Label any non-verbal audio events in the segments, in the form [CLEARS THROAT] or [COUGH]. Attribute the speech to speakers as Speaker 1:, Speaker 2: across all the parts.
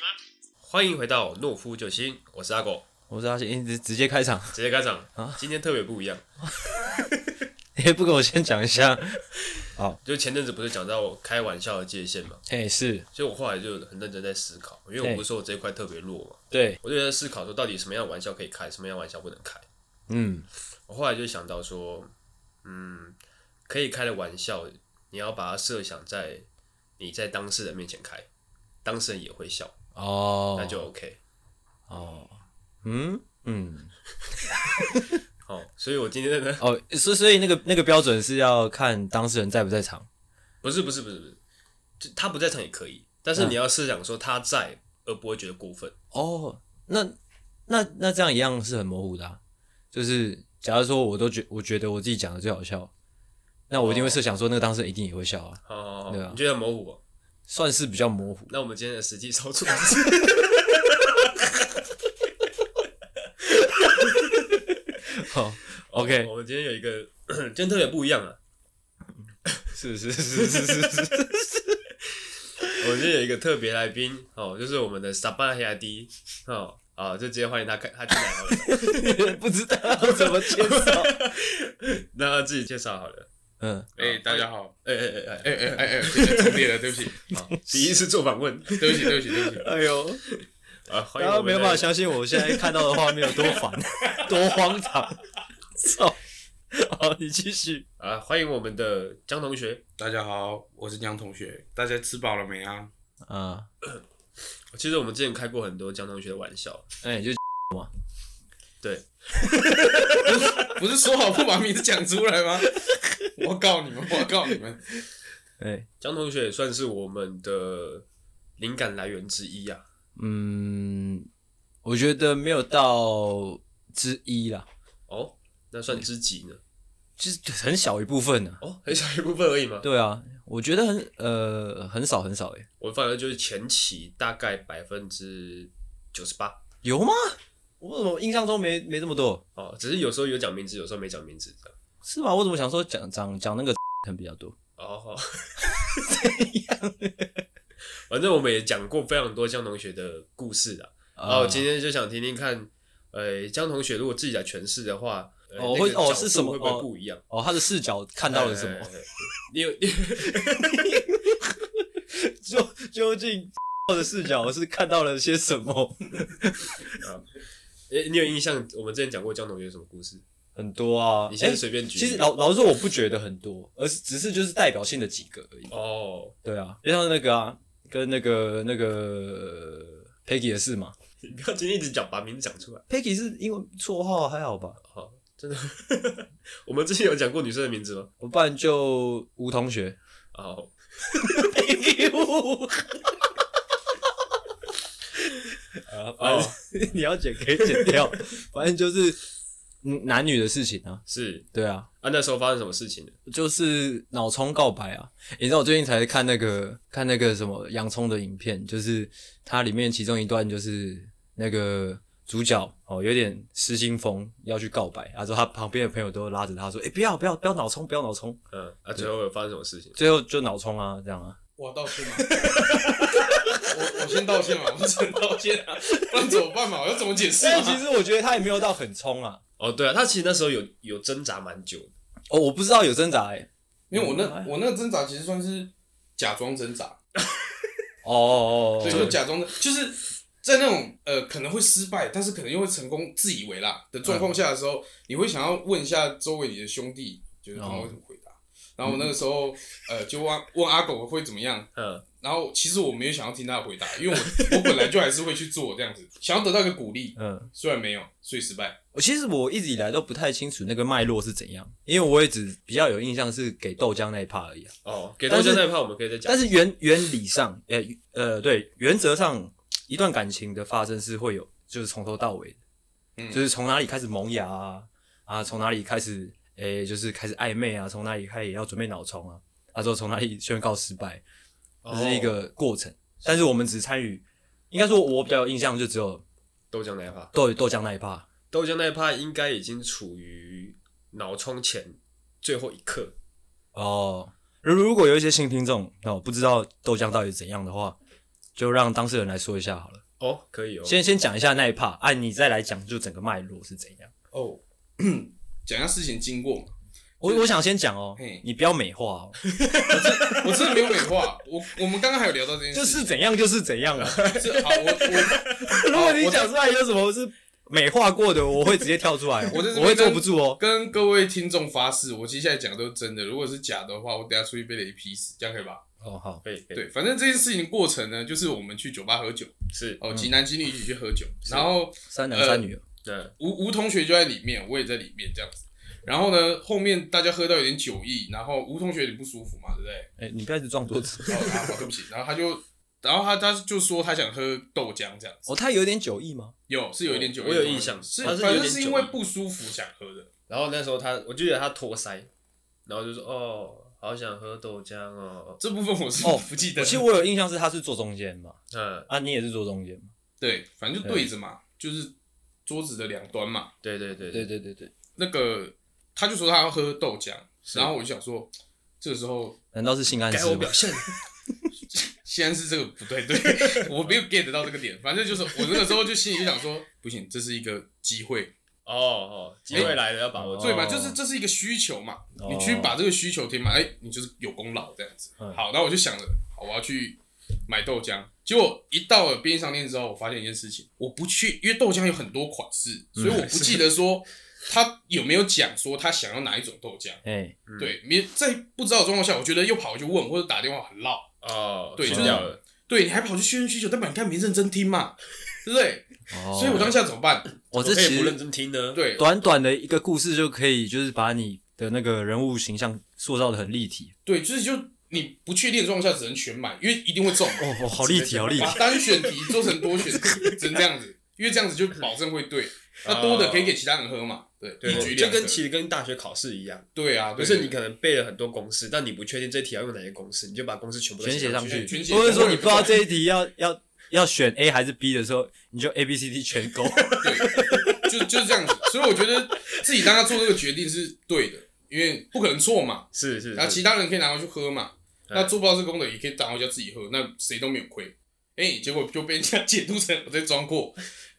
Speaker 1: 啊
Speaker 2: 欢迎回到懦夫救星，我是阿狗，
Speaker 3: 我说他先直直接开场， [LAUGHS]
Speaker 2: 直接开场。今天特别不一样，
Speaker 3: 哎，不跟我先讲一下，
Speaker 2: 就前阵子不是讲到开玩笑的界限嘛，
Speaker 3: 哎、是
Speaker 2: 所以我后来就很认真在思考，因为我
Speaker 3: 对
Speaker 2: 不是说我这一块特别弱嘛，
Speaker 3: 对，
Speaker 2: 我就在思考说到底什么样的玩笑可以开，什么样的玩笑不能开。
Speaker 3: 嗯，
Speaker 2: 我后来就想到说，嗯，可以开的玩笑，你要把它设想在你在当事人面前开，当事人也会笑，
Speaker 3: 哦，
Speaker 2: 那就 OK。
Speaker 3: 哦，嗯嗯，
Speaker 2: 好、哦所以我今天呢，
Speaker 3: 哦，所以所以那个那个标准是要看当事人在不在场，
Speaker 2: 不是不是不是不是，就他不在场也可以，但是你要设想说他在，而不会觉得过分。
Speaker 3: 哦，那那那这样一样是很模糊的、啊，就是假如说我都觉我觉得我自己讲的最好笑，那我一定会设想说那个当事人一定也会笑啊，
Speaker 2: 好好好，
Speaker 3: 对啊
Speaker 2: 你觉得很模糊、哦？
Speaker 3: 算是比较
Speaker 2: [LAUGHS]
Speaker 3: 模糊，
Speaker 2: 那我们今天的实际操作，
Speaker 3: 哦，OK， [LAUGHS]
Speaker 2: 我们今天有一个， [COUGHS] 今天特别不一样啊，
Speaker 3: 是是是是是是，
Speaker 2: [LAUGHS] 我们今天有一个特别来宾哦，就是我们的萨巴黑亚迪哦啊，就直接欢迎他开他进来好了。
Speaker 3: 不知道怎么介绍，
Speaker 2: 那自己介绍好了。 [LAUGHS]
Speaker 3: 嗯，
Speaker 1: 哎、大家好，
Speaker 2: 哎哎哎
Speaker 1: 哎哎哎哎，重叠了，对不起，
Speaker 2: 哎，第一次做访问
Speaker 1: 对不起，对不起，对不起，
Speaker 3: 哎呦。
Speaker 2: 啊，欢迎
Speaker 3: 大家
Speaker 2: 我们
Speaker 3: 没有办法
Speaker 2: 的
Speaker 3: 相信我现在看到的画面有多
Speaker 2: [LAUGHS]
Speaker 3: 烦，多荒唐，操！好，你继续。
Speaker 2: 啊，欢迎我们的江同学。
Speaker 1: 大家好，我是江同学，大家吃饱了没啊？
Speaker 3: 啊，
Speaker 2: 其实我们之前开过很多江同学的玩笑，
Speaker 3: 那哎你就
Speaker 2: 对，
Speaker 1: 不是说好不把名字讲出来吗？ [LAUGHS] 我告你们，我告你们，
Speaker 3: 哎，
Speaker 2: 江同学也算是我们的灵感来源之一啊。
Speaker 3: 嗯，我觉得没有到之一啦，
Speaker 2: 哦，那
Speaker 3: 嗯
Speaker 2: 算知己呢？
Speaker 3: 就是很小一部分呢、
Speaker 2: 哦，很小一部分而已嘛。
Speaker 3: 对啊，我觉得很呃很少很少诶、
Speaker 2: 我反正就是前期大概百分之九十八
Speaker 3: 有吗？我怎么印象中没没这么多？
Speaker 2: 哦，只是有时候有讲名字，有时候没讲名字这样。
Speaker 3: 是吗？我怎么想说讲讲讲那个 [LAUGHS] 可能比较多？
Speaker 2: 哦，
Speaker 3: [LAUGHS]
Speaker 2: 好 [LAUGHS] 反正我们也讲过非常多江同学的故事啊。哦，今天就想听听看，呃，江同学如果自己来诠释的话，呃那
Speaker 3: 哦
Speaker 2: 个
Speaker 3: 会哦
Speaker 2: 角
Speaker 3: 是
Speaker 2: 度
Speaker 3: 什么
Speaker 2: 会不会
Speaker 3: 哦
Speaker 2: 不一样？
Speaker 3: 哦，他的视角看到了什
Speaker 2: 哎
Speaker 3: [LAUGHS] 么？？
Speaker 2: 哎哎你有 [LAUGHS] 你
Speaker 3: 究究竟 [LAUGHS] 我的视角是看到了些什么？
Speaker 2: 哎你有印象？我们之前讲过江同学有什么故事？
Speaker 3: 很多啊，
Speaker 2: 你先
Speaker 3: 诶
Speaker 2: 随便举例。
Speaker 3: 其实老老实说，我不觉得很多，而是只是就是代表性的几个而已。
Speaker 2: 哦， [LAUGHS]
Speaker 3: 对啊，就像那个啊，跟那个那个 Peggy 的事嘛
Speaker 2: 你不要今天一直讲，把名字讲出来。
Speaker 3: ，Peggy 是英文绰号，还好吧？
Speaker 2: 哦，真的， [LAUGHS] 我们之前有讲过女生的名字吗？
Speaker 3: 我不然就吴同学
Speaker 2: 哦，
Speaker 3: ，Peggy 吴。啊，反正你要剪可以剪掉，反正就是嗯男女的事情啊，
Speaker 2: 是
Speaker 3: 对啊，
Speaker 2: 啊，那时候发生什么事情呢？
Speaker 3: 就是脑充告白啊！你知道我最近才看那个看那个什么洋葱的影片，就是它里面其中一段就是那个主角哦，有点失心疯要去告白，然啊后他旁边的朋友都拉着他说：“哎、不要不要不要脑充，不要脑充
Speaker 2: 嗯，啊，最后有发生什么
Speaker 3: [LAUGHS]
Speaker 2: 事情？！”
Speaker 3: 最后就脑充啊，这样啊，
Speaker 1: 我道歉嘛， [LAUGHS] 我我先道歉嘛，我先道歉啊，不然怎么办嘛？我要怎么解释
Speaker 3: 但其
Speaker 1: 嘛？
Speaker 3: 实我觉得他也没有到很冲啊。
Speaker 2: 哦，对啊，他其实那时候有有挣扎蛮久的。
Speaker 3: 哦，我不知道有挣扎哎、
Speaker 1: 因为我那我那个挣扎其实算是假装挣扎，
Speaker 3: 哦哦哦
Speaker 1: 对，就
Speaker 3: 哦，
Speaker 1: 假装的，就是在那种呃可能会失败，但是可能又会成功，自以为啦的状况下的时候，你会想要问一下周围你的兄弟，就是他们会怎么回
Speaker 3: 嗯
Speaker 1: 答。然后我那个时候呃就问问阿狗会怎么样，
Speaker 2: 嗯，
Speaker 1: 然后其实我没有想要听他的回答，因为我 [LAUGHS] 我本来就还是会去做这样子，想要得到一个鼓励，
Speaker 3: 嗯，
Speaker 1: 虽然没有，所以失败。
Speaker 3: 我其实我一直以来都不太清楚那个脉络是怎样，因为我也只比较有印象是给豆浆那一趴而已啊。
Speaker 2: 哦，给
Speaker 3: 但
Speaker 2: 东
Speaker 3: 是
Speaker 2: 江那一趴我们可以再讲。
Speaker 3: 但是原原理上，呃呃，对，原则上，一段感情的发生是会有，就是从头到尾的，
Speaker 1: 嗯
Speaker 3: 就是从哪里开始萌芽啊，啊，从哪里开始，诶、就是开始暧昧啊，从哪里开始要准备脑充啊，啊，之后从哪里宣告失败，这是一
Speaker 2: 哦
Speaker 3: 个过程。但是我们只参与，应该说我比较有印象就只有
Speaker 2: 豆浆那一趴，
Speaker 3: 豆豆浆那一趴，
Speaker 2: 豆浆那一趴应该已经处于脑充前最后一刻。
Speaker 3: 哦，如如果有一些新听众，那、我不知道豆浆到底怎样的话，就让当事人来说一下好了。
Speaker 2: 哦，可以哦。
Speaker 3: 先先讲一下那一 part，啊，你再来讲就整个脉络是怎样。
Speaker 1: 哦，讲一下事情经过嘛。
Speaker 3: 我我想先讲哦
Speaker 1: 嘿，
Speaker 3: 你不要美化哦，
Speaker 1: 我真的没有美化，我 [LAUGHS] 我们刚刚还有聊到这件
Speaker 3: 就
Speaker 1: 事
Speaker 3: 是
Speaker 1: 情，
Speaker 3: 怎样就是怎样啊。
Speaker 1: 是好，我我
Speaker 3: 如果你
Speaker 1: 我
Speaker 3: 讲出来有什么是美化过的，我会直接跳出来哦，
Speaker 1: 我在这边
Speaker 3: 我会坐
Speaker 1: 跟
Speaker 3: 不住哦。
Speaker 1: 跟各位听众发誓，我接下来讲的都是真的，如果是假的话，我等下出去被雷劈死，这样可以吧？
Speaker 3: 哦好，
Speaker 2: 可以，可以，
Speaker 1: 对，反正这件事情过程呢，就是我们去酒吧喝酒，
Speaker 2: 是，
Speaker 1: 哦，几男几女一起去喝酒，然后
Speaker 3: 三男三女哦，
Speaker 2: 嗯，
Speaker 1: 吴吴同学就在里面，我也在里面这样子。然后呢，后面大家喝到有点酒意，然后吴同学有点不舒服嘛，对不对？
Speaker 2: [LAUGHS]
Speaker 3: 哎，你不要一直撞桌子
Speaker 1: 哦，啊，好对不起。然后他就，然后他他就说他想喝豆浆这样子，
Speaker 3: 哦，他有点酒意吗？
Speaker 1: 有是有一点酒意，
Speaker 2: 我有印象
Speaker 1: 是
Speaker 2: 他是有
Speaker 1: 反正
Speaker 2: 点
Speaker 1: 是
Speaker 2: 酒
Speaker 1: 因为
Speaker 2: 意
Speaker 1: 不舒服想喝的。
Speaker 2: 然后那时候他，我就觉得他托腮，然后就说哦，好想喝豆浆哦，
Speaker 1: 这部分我是
Speaker 3: 哦
Speaker 1: 不记得，
Speaker 3: 其实我有印象是他是坐中间嘛，
Speaker 2: 嗯，
Speaker 3: 啊，你也是坐中间嘛？
Speaker 1: 对，反正就对着嘛，就是桌子的两端嘛。
Speaker 2: 对对对
Speaker 3: 对，对对对，
Speaker 1: 那个他就说他要喝豆浆，
Speaker 2: 是
Speaker 1: 然后我就想说，这个时候
Speaker 3: 难道是性暗
Speaker 2: 改
Speaker 3: 示
Speaker 2: 我
Speaker 3: 吗
Speaker 2: 表？现，
Speaker 1: 西安是这个不对， [LAUGHS] 对我没有 get 到这个点。反正就是我那个时候就心里就想说，不行，这是一个机会，
Speaker 2: 哦哦，机会来了要把握住
Speaker 1: 对，吧？
Speaker 3: 哦
Speaker 1: 就是这是一个需求嘛，
Speaker 3: 哦
Speaker 1: 你去把这个需求填满，哎、你就是有功劳这样子。
Speaker 3: 嗯
Speaker 1: 好，那我就想了，好，我要去买豆浆。结果一到了便利商店之后，我发现一件事情，我不去，因为豆浆有很多款式，所以我不记得说他有没有讲说他想要哪一种豆浆。
Speaker 3: 哎，
Speaker 2: 嗯
Speaker 1: 对，你在不知道的状况下，我觉得又跑去问或者打电话很绕，
Speaker 2: 哦，
Speaker 1: 对
Speaker 2: 停
Speaker 3: 就是
Speaker 2: 掉了，
Speaker 1: 对，你还跑去确认需求，代哎表你看没认真听
Speaker 3: [LAUGHS]
Speaker 1: 嘛，对不对？
Speaker 3: 哦
Speaker 1: 所以我当下怎么办？
Speaker 3: 我这
Speaker 2: 可
Speaker 3: 其
Speaker 2: 以不认
Speaker 3: 实
Speaker 2: 真听呢，
Speaker 1: 对，
Speaker 3: 短短的一个故事就可以，就是把你的那个人物形象塑造的很立体。
Speaker 1: 对，就是就你不确定的状况下只能全买，因为一定会中嘛。
Speaker 3: 哦，哦好立体，好立体
Speaker 1: 把。单选题做成多选题，只能这样子，因为这样子就保证会对。那多的可以给其他人喝嘛？对，
Speaker 2: 对，
Speaker 1: 一举
Speaker 2: 对
Speaker 1: 两
Speaker 2: 就
Speaker 1: 得。
Speaker 2: 跟其实跟大学考试一样，
Speaker 1: 对啊，
Speaker 2: 不
Speaker 1: 对
Speaker 2: 是你可能背了很多公式，但你不确定这题要用哪些公式，你就把公式全部都
Speaker 3: 全写上
Speaker 2: 上
Speaker 3: 去
Speaker 1: 全，写
Speaker 3: 或者说你不知道这一题要 [LAUGHS] 要要选 A 还是 B 的时候，你就 A B C D 全勾。
Speaker 1: 对，就就是这样子。所以我觉得自己当他做这个决定是对的，因为不可能错嘛。
Speaker 2: 是是，
Speaker 1: 然后
Speaker 2: 是
Speaker 1: 其他人可以拿回去喝嘛，
Speaker 2: 嗯
Speaker 1: 那做不到这个功德也可以拿回家自己喝，那谁都没有亏。哎、结果就被人家解读成我在装阔，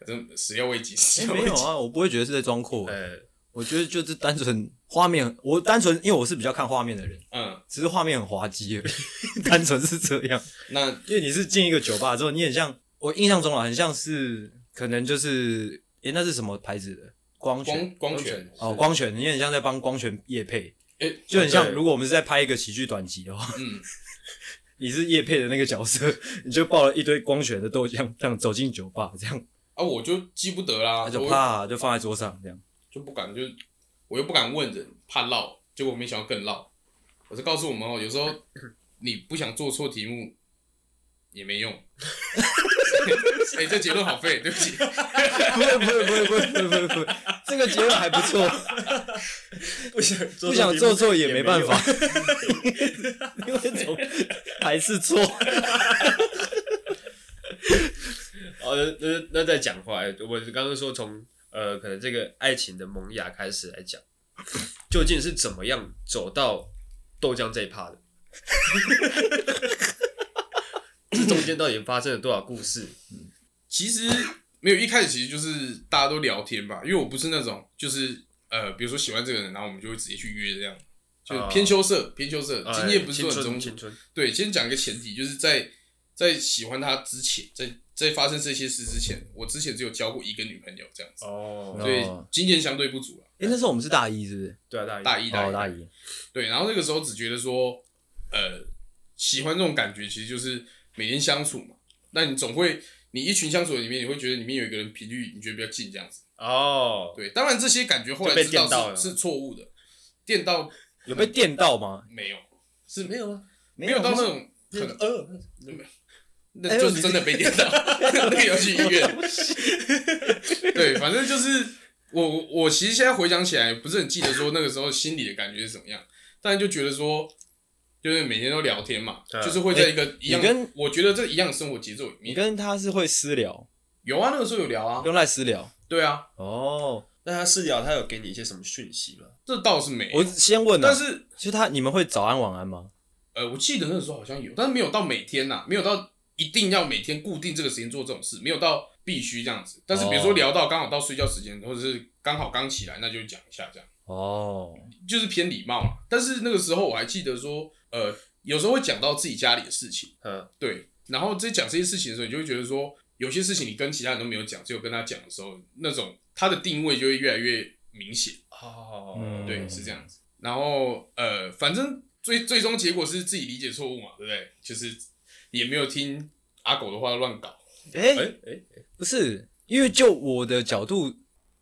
Speaker 1: 真始料未及，始
Speaker 3: 诶
Speaker 1: 料
Speaker 3: [LAUGHS] 没
Speaker 1: 未
Speaker 3: 有
Speaker 1: 及。
Speaker 3: 啊，我不会觉得是在装阔，
Speaker 2: 呃，
Speaker 3: 我觉得就是单纯画面，我单纯因为我是比较看画面的人，
Speaker 1: 嗯，
Speaker 3: 只是画面很滑稽而 [LAUGHS] 已，单纯是这样。
Speaker 1: 那
Speaker 3: 因为你是进一个酒吧之后，你很像我印象中啊，很像是可能就是诶、那是什么牌子的光
Speaker 1: 光
Speaker 3: 泉
Speaker 1: 光
Speaker 2: 光
Speaker 1: 泉
Speaker 2: 泉，
Speaker 3: 哦，光泉，你很像在帮光泉夜配，
Speaker 1: 哎、
Speaker 3: 就很像
Speaker 2: 对
Speaker 3: 如果我们是在拍一个喜剧短集的话，
Speaker 1: 嗯，
Speaker 3: 你是叶配的那个角色，你就抱了一堆光泉的豆浆，这样走进酒吧，这样
Speaker 1: 啊，我就记不得啦，
Speaker 3: 他就
Speaker 1: 我
Speaker 3: 啪就放在桌上，这样
Speaker 1: 就不敢，就我又不敢问人，怕绕，结果没想到更绕。我是告诉我们哦，有时
Speaker 2: [LAUGHS]
Speaker 1: 候你不想做错题目也没
Speaker 2: [LAUGHS]
Speaker 1: 用。哎、这结论好废，对不起。
Speaker 3: [LAUGHS] 不会不会不会不会不会不会，这个结论还不 [LAUGHS] 错，
Speaker 2: 不想
Speaker 3: 不想做错也没办
Speaker 2: 有
Speaker 3: 法，因为总还是 [LAUGHS] 错，
Speaker 2: 哦，那那那再讲回来，我刚刚说从呃，可能这个爱情的萌芽开始来讲，究竟是怎么样走到豆浆这一趴的？ [COUGHS] 这中间到底发生了多少故事？
Speaker 1: 其实没有，一开始其实就是大家都聊天吧，因为我不是那种就是呃，比如说喜欢这个人，然后我们就会直接去约这样，就是偏羞涩，偏羞涩，经验不是
Speaker 2: 哦
Speaker 1: 说
Speaker 2: 哎青
Speaker 1: 很
Speaker 2: 春
Speaker 1: 忠实
Speaker 2: 青。春，
Speaker 1: 对，先讲一个前提，就是在在喜欢他之前，在在发生这些事之前，我之前只有交过一个女朋友这样子，
Speaker 2: 哦，
Speaker 1: 所以
Speaker 3: 哦
Speaker 1: 经验相对不足了。
Speaker 3: 诶、那时候我们是大一是不是？
Speaker 2: 对啊，大一
Speaker 1: 大一
Speaker 3: 哦，
Speaker 1: 大
Speaker 3: 大
Speaker 1: 一，
Speaker 3: 一，
Speaker 1: 对，然后那个时候只觉得说，呃，喜欢这种感觉，其实就是每天相处嘛。那你总会，你一群相处的里面，你会觉得里面有一个人频率你觉得比较近这样子。
Speaker 2: 哦，
Speaker 1: 对，当然这些感觉后
Speaker 2: 就
Speaker 1: 来
Speaker 2: 被
Speaker 1: 知道
Speaker 2: 电到了
Speaker 1: 是是错误的，电到
Speaker 3: 有被电到吗？
Speaker 1: 没有，是没
Speaker 2: 没
Speaker 1: 有
Speaker 2: 有啊，
Speaker 3: 没
Speaker 1: 没有啊到那种
Speaker 2: 那
Speaker 1: 很
Speaker 2: 个呃，
Speaker 1: 那就是真的被 [LAUGHS] 电到，那个要去医院。 [LAUGHS] 对，反正就是我我我其实现在回想起来，不是很记得说那个时候心里的感觉是怎么样，但就觉得说，就是每天都聊天嘛，
Speaker 2: 嗯
Speaker 1: 就是会在一个一样，
Speaker 3: 哎你跟
Speaker 1: 我觉得这一样的生活节奏里
Speaker 3: 你
Speaker 1: 面，
Speaker 3: 跟他是会私聊，
Speaker 1: 有啊，那个时候有聊啊，
Speaker 3: 用赖私聊。
Speaker 1: 对啊，
Speaker 3: 哦，
Speaker 2: 那他私聊他有给你一些什么讯息吗？
Speaker 1: 这倒是没有，
Speaker 3: 我先问啊
Speaker 1: 但，是
Speaker 3: 就他你们会早安晚安吗？
Speaker 1: 呃，我记得那个时候好像有，但是没有到每天呐、没有到一定要每天固定这个时间做这种事，没有到必须这样子。但是比如说
Speaker 3: 哦
Speaker 1: 聊到刚好到睡觉时间，或者是刚好刚起来，那就讲一下这样，
Speaker 3: 哦，
Speaker 1: 就是偏礼貌嘛。但是那个时候我还记得说，呃，有时候会讲到自己家里的事情，
Speaker 2: 嗯，
Speaker 1: 对，然后在讲这些事情的时候，你就会觉得说，有些事情你跟其他人都没有讲，只有跟他讲的时候，那种他的定位就会越来越明显。
Speaker 2: 哦，
Speaker 3: 嗯
Speaker 1: 对，是这样子。然后呃，反正最最终结果是自己理解错误嘛，对不对？就是也没有听阿狗的话乱搞。
Speaker 3: 哎、
Speaker 2: 哎哎，
Speaker 3: 不是，因为就我的角度，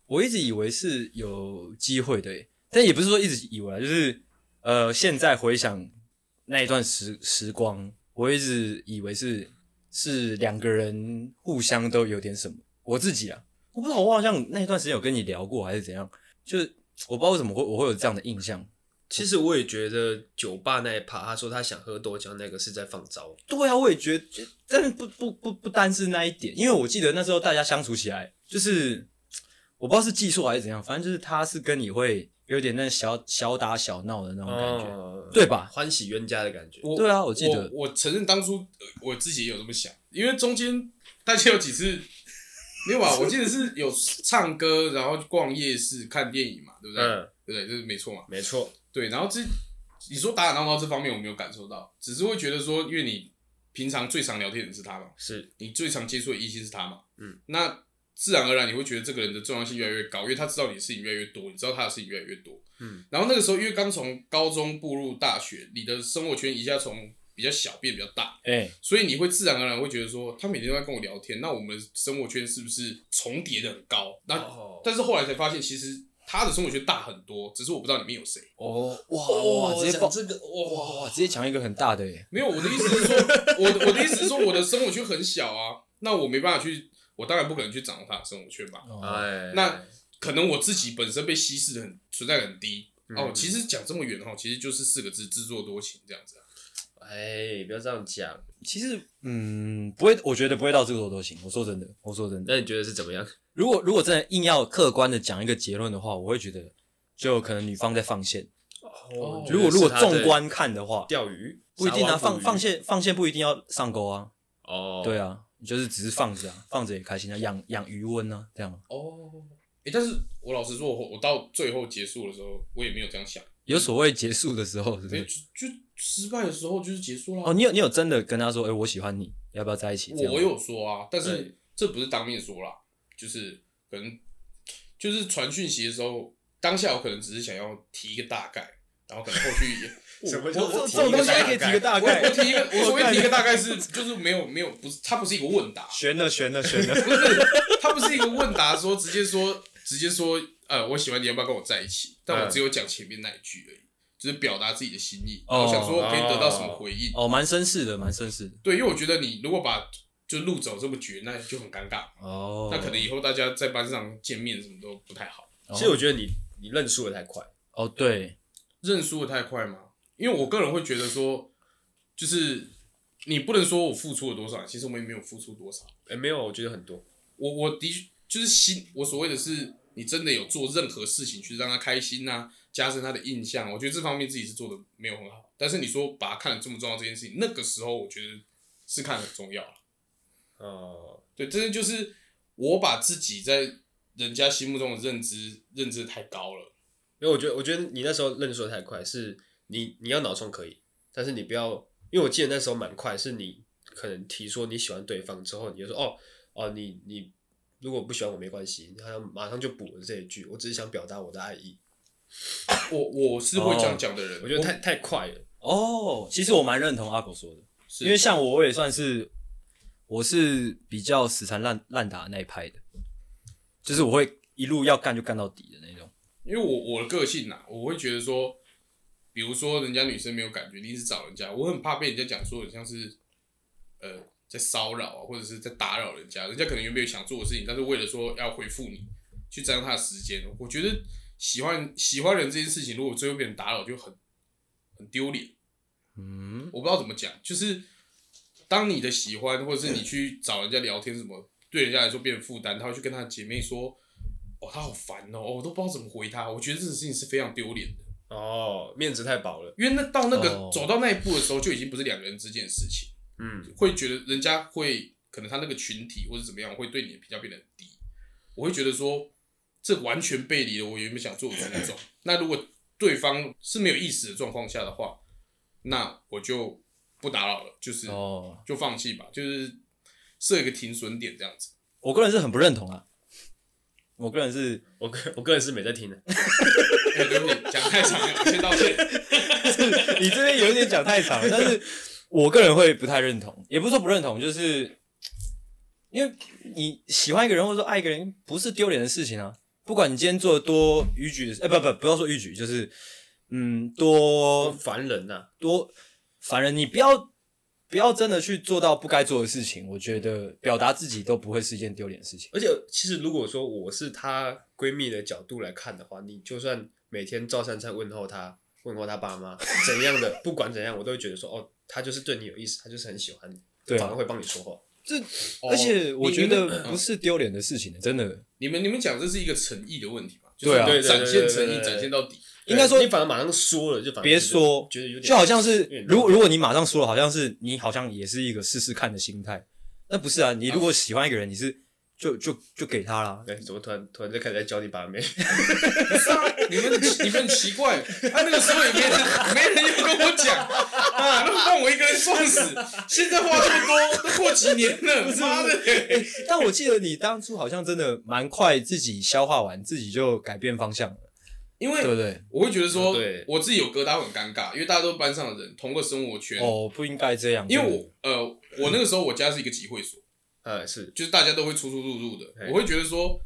Speaker 3: 我一直以为是有机会的耶，但也不是说一直以为啊，就是呃，现在回想那一段时时光，我一直以为是是两个人互相都有点什么。我自己啊，我不知道，我好像那一段时间有跟你聊过还是怎样，就是我不知道为什么会我会有这样的印象。
Speaker 2: 其实我也觉得酒吧那一趴，他说他想喝多酒那个是在放招，
Speaker 3: 对啊，我也觉得，但是不不不不单是那一点，因为我记得那时候大家相处起来，就是我不知道是技术还是怎样，反正就是他是跟你会有点那小小打小闹的那种感觉，
Speaker 2: 哦
Speaker 3: 对吧？
Speaker 2: 欢喜冤家的感觉。
Speaker 1: 我
Speaker 3: 对啊我记得
Speaker 1: 我承认当初呃我自己也有这么想，因为中间大家有几次。没有啊，我记得是有唱歌，然后逛夜市、看电影嘛，对不对？
Speaker 2: 嗯，
Speaker 1: 对不对？这是没错嘛。
Speaker 2: 没错，
Speaker 1: 对，然后这你说打打闹闹这方面我没有感受到，只是会觉得说，因为你平常最常聊天的是他嘛，
Speaker 2: 是
Speaker 1: 你最常接触的异性是他嘛，
Speaker 2: 嗯，
Speaker 1: 那自然而然你会觉得这个人的重要性越来越高，因为他知道你的事情越来越多，你知道他的事情越来越多，
Speaker 2: 嗯，
Speaker 1: 然后那个时候因为刚从高中步入大学，你的生活圈一下从比较小变比较大，
Speaker 3: 哎、
Speaker 1: 所以你会自然而然会觉得说，他每天都在跟我聊天，那我们的生活圈是不是重叠的很高？那、
Speaker 2: 哦
Speaker 1: 但是后来才发现，其实他的生活圈大很多，只是我不知道里面有谁。
Speaker 3: 哦哇哇，直接
Speaker 2: 讲
Speaker 3: 爆
Speaker 2: 这个哇，
Speaker 3: 哇哇，直接抢一个很大的欸耶，
Speaker 1: 没有，我的意思
Speaker 2: [LAUGHS]
Speaker 1: 是说，我的我的意思是说，我的生活圈很小啊，那我没办法去，我当然不可能去掌握他的生活圈嘛。
Speaker 3: 哦、
Speaker 2: 哎，
Speaker 1: 那可能我自己本身被稀释的很存在感很低、哦
Speaker 2: 嗯。
Speaker 1: 其实讲这么远哦，其实就是四个字：自作多情这样子啊、
Speaker 2: 哎，不要这样讲。
Speaker 3: 其实嗯，不会，我觉得不会到这个多行。我说真的，我说真的，
Speaker 2: 那你觉得是怎么样？
Speaker 3: 如果如果真的硬要客观的讲一个结论的话，我会觉得就可能女方在放线。
Speaker 2: 哦
Speaker 3: 如果如果纵观看的话，
Speaker 2: 钓鱼，
Speaker 3: 不一定
Speaker 2: 撒
Speaker 3: 啊，
Speaker 2: 网捕
Speaker 3: 放
Speaker 2: 鱼
Speaker 3: 放线放线不一定要上钩啊，
Speaker 2: 哦，
Speaker 3: 对啊，就是只是放着啊， [LAUGHS] 放着也开心啊，养养余温啊，这样
Speaker 1: 哦，诶，但是我老实说，我我到最后结束的时候，我也没有这样
Speaker 2: 嗯
Speaker 1: 想，
Speaker 3: 有所谓结束的时候，是不
Speaker 1: 没
Speaker 3: 是
Speaker 1: 就？就失败的时候就是结束了。啊
Speaker 3: 哦，你有你有真的跟他说，哎、我喜欢你，要不要在一起？这样
Speaker 1: 我有说啊，但
Speaker 2: 对
Speaker 1: 是这不是当面说啦，就是可能就是传讯息的时候，当下我可能只是想要提一个大概，然后可能后续也
Speaker 2: 什么叫
Speaker 3: 我
Speaker 2: 做
Speaker 3: 这
Speaker 2: 提
Speaker 3: 这种
Speaker 2: 一个
Speaker 3: 东西
Speaker 2: 大
Speaker 3: 还可以提个大
Speaker 1: 我我
Speaker 3: 概，
Speaker 1: 提一个，我所谓提一个大概是就是没有没有不是，它不是一个问答，
Speaker 3: 悬了悬了悬了，
Speaker 1: 不是它不是一个问答说直接说直接说呃我喜欢你要不要跟我在一起，但我
Speaker 2: 嗯
Speaker 1: 只有讲前面那一句而已，就是表达自己的心意，
Speaker 3: 哦
Speaker 1: 我想说可以得到什么回应。
Speaker 3: [LAUGHS] 哦，蛮绅士的，蛮绅士的，
Speaker 1: 对，因为我觉得你如果把就路走这么绝，那就很尴尬。
Speaker 3: 哦，
Speaker 1: 那可能以后大家在班上见面什么都不太好。
Speaker 2: [LAUGHS] 其实我觉得你你认输的太快，
Speaker 3: 哦对，
Speaker 1: 认输的太快吗？因为我个人会觉得说，就是你不能说我付出了多少，其实我也没有付出多少。
Speaker 2: 哎，没有，我觉得很多，
Speaker 1: 我我的确就是心，我所谓的是你真的有做任何事情去让他开心呐、加深他的印象。我觉得这方面自己是做的没有很好。但是你说把他看得这么重要这件事情，那个时候我觉得是看得很重要了。
Speaker 2: 哦，
Speaker 1: 对，真的就是我把自己在人家心目中的认知认知得太高了。
Speaker 2: 因为我觉得我觉得你那时候认输的太快，是你你要脑冲可以，但是你不要，因为我记得那时候蛮快，是你可能提说你喜欢对方之后，你就说哦哦，你你如果不喜欢我没关系，他马上就补了这一句，我只是想表达我的爱意，
Speaker 1: 我我是会这样讲的人，
Speaker 2: 哦我觉得太太快了，
Speaker 3: 哦，其实我蛮认同阿狗说的。
Speaker 1: 是
Speaker 3: 因为像我，我也算是我是比较死缠烂烂打的那一派的，就是我会一路要干就干到底的那种。
Speaker 1: 因为我我的个性呐、我会觉得说，比如说人家女生没有感觉，你一直找人家，我很怕被人家讲说很像是呃在骚扰啊，或者是在打扰人家，人家可能原本有想做的事情，但是为了说要回复你，去占用他的时间，我觉得喜欢喜欢人这件事情，如果最后被人打扰，就很很丢脸。
Speaker 3: 嗯，
Speaker 1: 我不知道怎么讲，就是当你的喜欢，或者是你去找人家聊天什么，对人家来说变成负担，他会去跟他的姐妹说：“哦，他好烦哦，哦我都不知道怎么回他。”我觉得这种事情是非常丢脸的，
Speaker 2: 哦，面子太薄了，
Speaker 1: 因为那到那个、
Speaker 3: 哦
Speaker 1: 走到那一步的时候，就已经不是两个人之间的事情。
Speaker 2: 嗯，
Speaker 1: 会觉得人家会可能他那个群体或者怎么样会对你的评价变得很低，我会觉得说这完全背离了我原本想做的初
Speaker 3: [LAUGHS]
Speaker 1: 衷。那如果对方是没有意识的状况下的话，那我就不打扰了，就是、
Speaker 3: 哦，
Speaker 1: 就放弃吧，就是设一个停损点这样子。
Speaker 3: 我个人是很不认同啊。我个人是 [LAUGHS]
Speaker 2: 我个我个人是没在听的，
Speaker 1: 哎、对不起，讲太长了，我先道歉。
Speaker 3: 你这边有一点讲太长了，但是我个人会不太认同，也不是说不认同，就是因为你喜欢一个人或者说爱一个人，不是丢脸的事情啊。不管你今天做的多逾矩的事，哎、不不，不要说逾矩，就是嗯，
Speaker 2: 我
Speaker 3: 多
Speaker 2: 烦人呐、
Speaker 3: 多烦人，你不要不要真的去做到不该做的事情。我觉得表达自己都不会是一件丢脸的事情。
Speaker 2: 而且其实如果说我是她闺蜜的角度来看的话，你就算每天照三餐问候她，问候她爸妈怎样的，不管怎样，我都会觉得说哦，她就是对你有意思，她就是很喜欢你，
Speaker 3: 对啊
Speaker 2: 反而会帮你说话。
Speaker 1: 哦
Speaker 3: 而且我觉
Speaker 1: 你
Speaker 3: 得
Speaker 1: 们嗯
Speaker 3: 不是丢脸的事情，真的。
Speaker 1: 你们你们讲这是一个诚意的问题嘛？
Speaker 3: 对啊
Speaker 1: 就是展
Speaker 2: 对对
Speaker 1: 现
Speaker 2: 对对
Speaker 1: 诚
Speaker 2: 对
Speaker 1: 意，
Speaker 2: 对
Speaker 1: 展现到底。
Speaker 3: 应该说
Speaker 2: 对你反而马上说了，就反而
Speaker 3: 别
Speaker 2: 觉得
Speaker 3: 说
Speaker 2: 觉得有点
Speaker 3: 就好像是
Speaker 2: 有点，
Speaker 3: 如果如果你马上说了，好像是你好像也是一个试试看的心态，那不是啊？你如果喜欢一个人，你是就就就给他啦。
Speaker 2: 哎，怎么突然突然就开始在教你把妹？ [LAUGHS]
Speaker 1: 是啊，你们你们很奇怪，他、那个时候也没人没人要跟我讲啊，那让我一个人撞死。现在话这么多，都过几年了，妈的！
Speaker 3: 欸但我记得你当初好像真的蛮快自己消化完，自己就改变方向了，
Speaker 1: 因
Speaker 3: 对不
Speaker 1: 为
Speaker 3: 对？
Speaker 1: 我会觉得说
Speaker 2: 嗯对，
Speaker 1: 我自己有疙瘩，我很尴尬，因为大家都是班上的人，同个生活圈。
Speaker 3: 哦，不应该这样，
Speaker 1: 因为
Speaker 3: 真的
Speaker 1: 我呃，我那个时候我家是一个集会所，
Speaker 2: 呃，是
Speaker 1: 就是大家都会出出入入的
Speaker 2: 哎。
Speaker 1: 我会觉得说，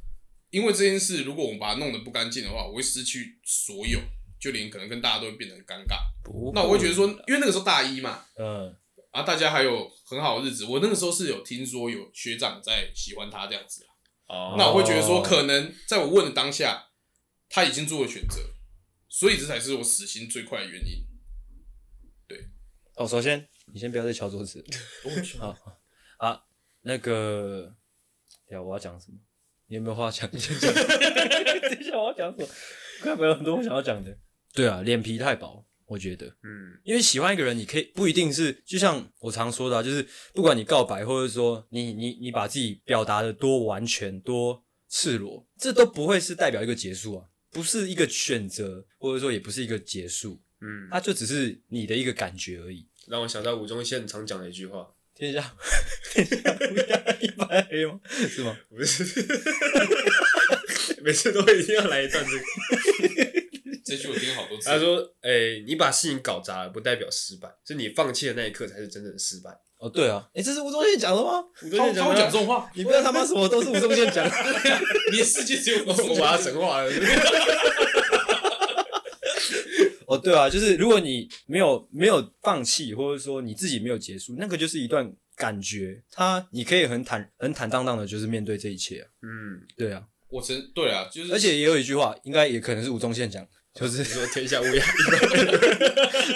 Speaker 1: 因为这件事，如果我们把它弄得不干净的话，我会失去所有，就连可能跟大家都会变得很尴尬。
Speaker 3: 不
Speaker 1: 那我会觉得说，
Speaker 2: 啊
Speaker 1: 因为那个时候大一嘛，
Speaker 3: 嗯，
Speaker 1: 啊，大家还有很好的日子。我那个时候是有听说有学长在喜欢他这样子啊，
Speaker 2: 哦
Speaker 1: 那我会觉得说，可能在我问的当下，他已经做了选择，所以这才是我死心最快的原因。
Speaker 3: 哦，首先你先不要再敲桌子好啊。那个，哎呀，我要讲什么？你有没有话讲？你 [LAUGHS] 先讲。等一下我要讲什么？快没有很多我想要讲的。对啊，脸皮太薄，我觉得。
Speaker 2: 嗯，
Speaker 3: 因为喜欢一个人，你可以不一定是，就像我常说的、啊，就是不管你告白，或者说你你你把自己表达的多完全、多赤裸，这都不会是代表一个结束啊，不是一个选择，或者说也不是一个结束，
Speaker 2: 嗯，
Speaker 3: 它就只是你的一个感觉而已。
Speaker 2: 让我想到吴宗宪常讲的一句话，
Speaker 3: 天下天下乌鸦一般黑吗？是吗？
Speaker 2: 不是， [LAUGHS] 每次都一定要来一段这个。
Speaker 1: 这句我听好多次
Speaker 2: 他，说：“哎、你把事情搞砸了，不代表失败，是你放弃的那一刻才是真正的失败。
Speaker 3: 哦，对啊，哎，这是吴宗宪讲的吗？
Speaker 2: 我
Speaker 1: 他他会讲这种话，
Speaker 3: 你不要他妈什么都是吴宗宪讲的。
Speaker 1: 你的世界只有
Speaker 2: [LAUGHS] 我把他神化了。
Speaker 3: [LAUGHS] 哦，对啊，就是如果你没有没有放弃，或者说你自己没有结束，那个就是一段感觉，它你可以很坦很坦荡荡的，就是面对这一切、啊。
Speaker 2: 嗯，
Speaker 3: 对啊，
Speaker 1: 我承对啊，就是
Speaker 3: 而且也有一句话，应该也可能是吴宗宪讲，就是
Speaker 2: 你
Speaker 3: [LAUGHS]
Speaker 2: 说天下乌鸦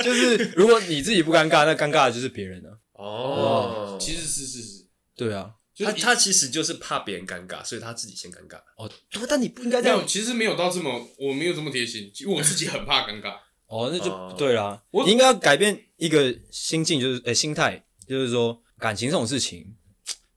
Speaker 3: 就是如果你自己不尴尬，那尴尬的就是别人啊。
Speaker 2: 哦。
Speaker 1: 其实是是是，
Speaker 3: 对啊，
Speaker 1: 就
Speaker 2: 他
Speaker 1: 是
Speaker 2: 他其实就是怕别人尴尬，所以他自己先尴尬。
Speaker 3: 哦，对但你不应该这
Speaker 1: 没
Speaker 3: 样
Speaker 1: 有，。其实没有到这么，我没有这么贴心，因为我自己很怕尴尬。 [LAUGHS]
Speaker 3: 哦，那就
Speaker 2: 哦
Speaker 3: 不对啦。
Speaker 1: 呃我
Speaker 3: 你应该要改变一个心境，就是呃、心态，就是说感情这种事情，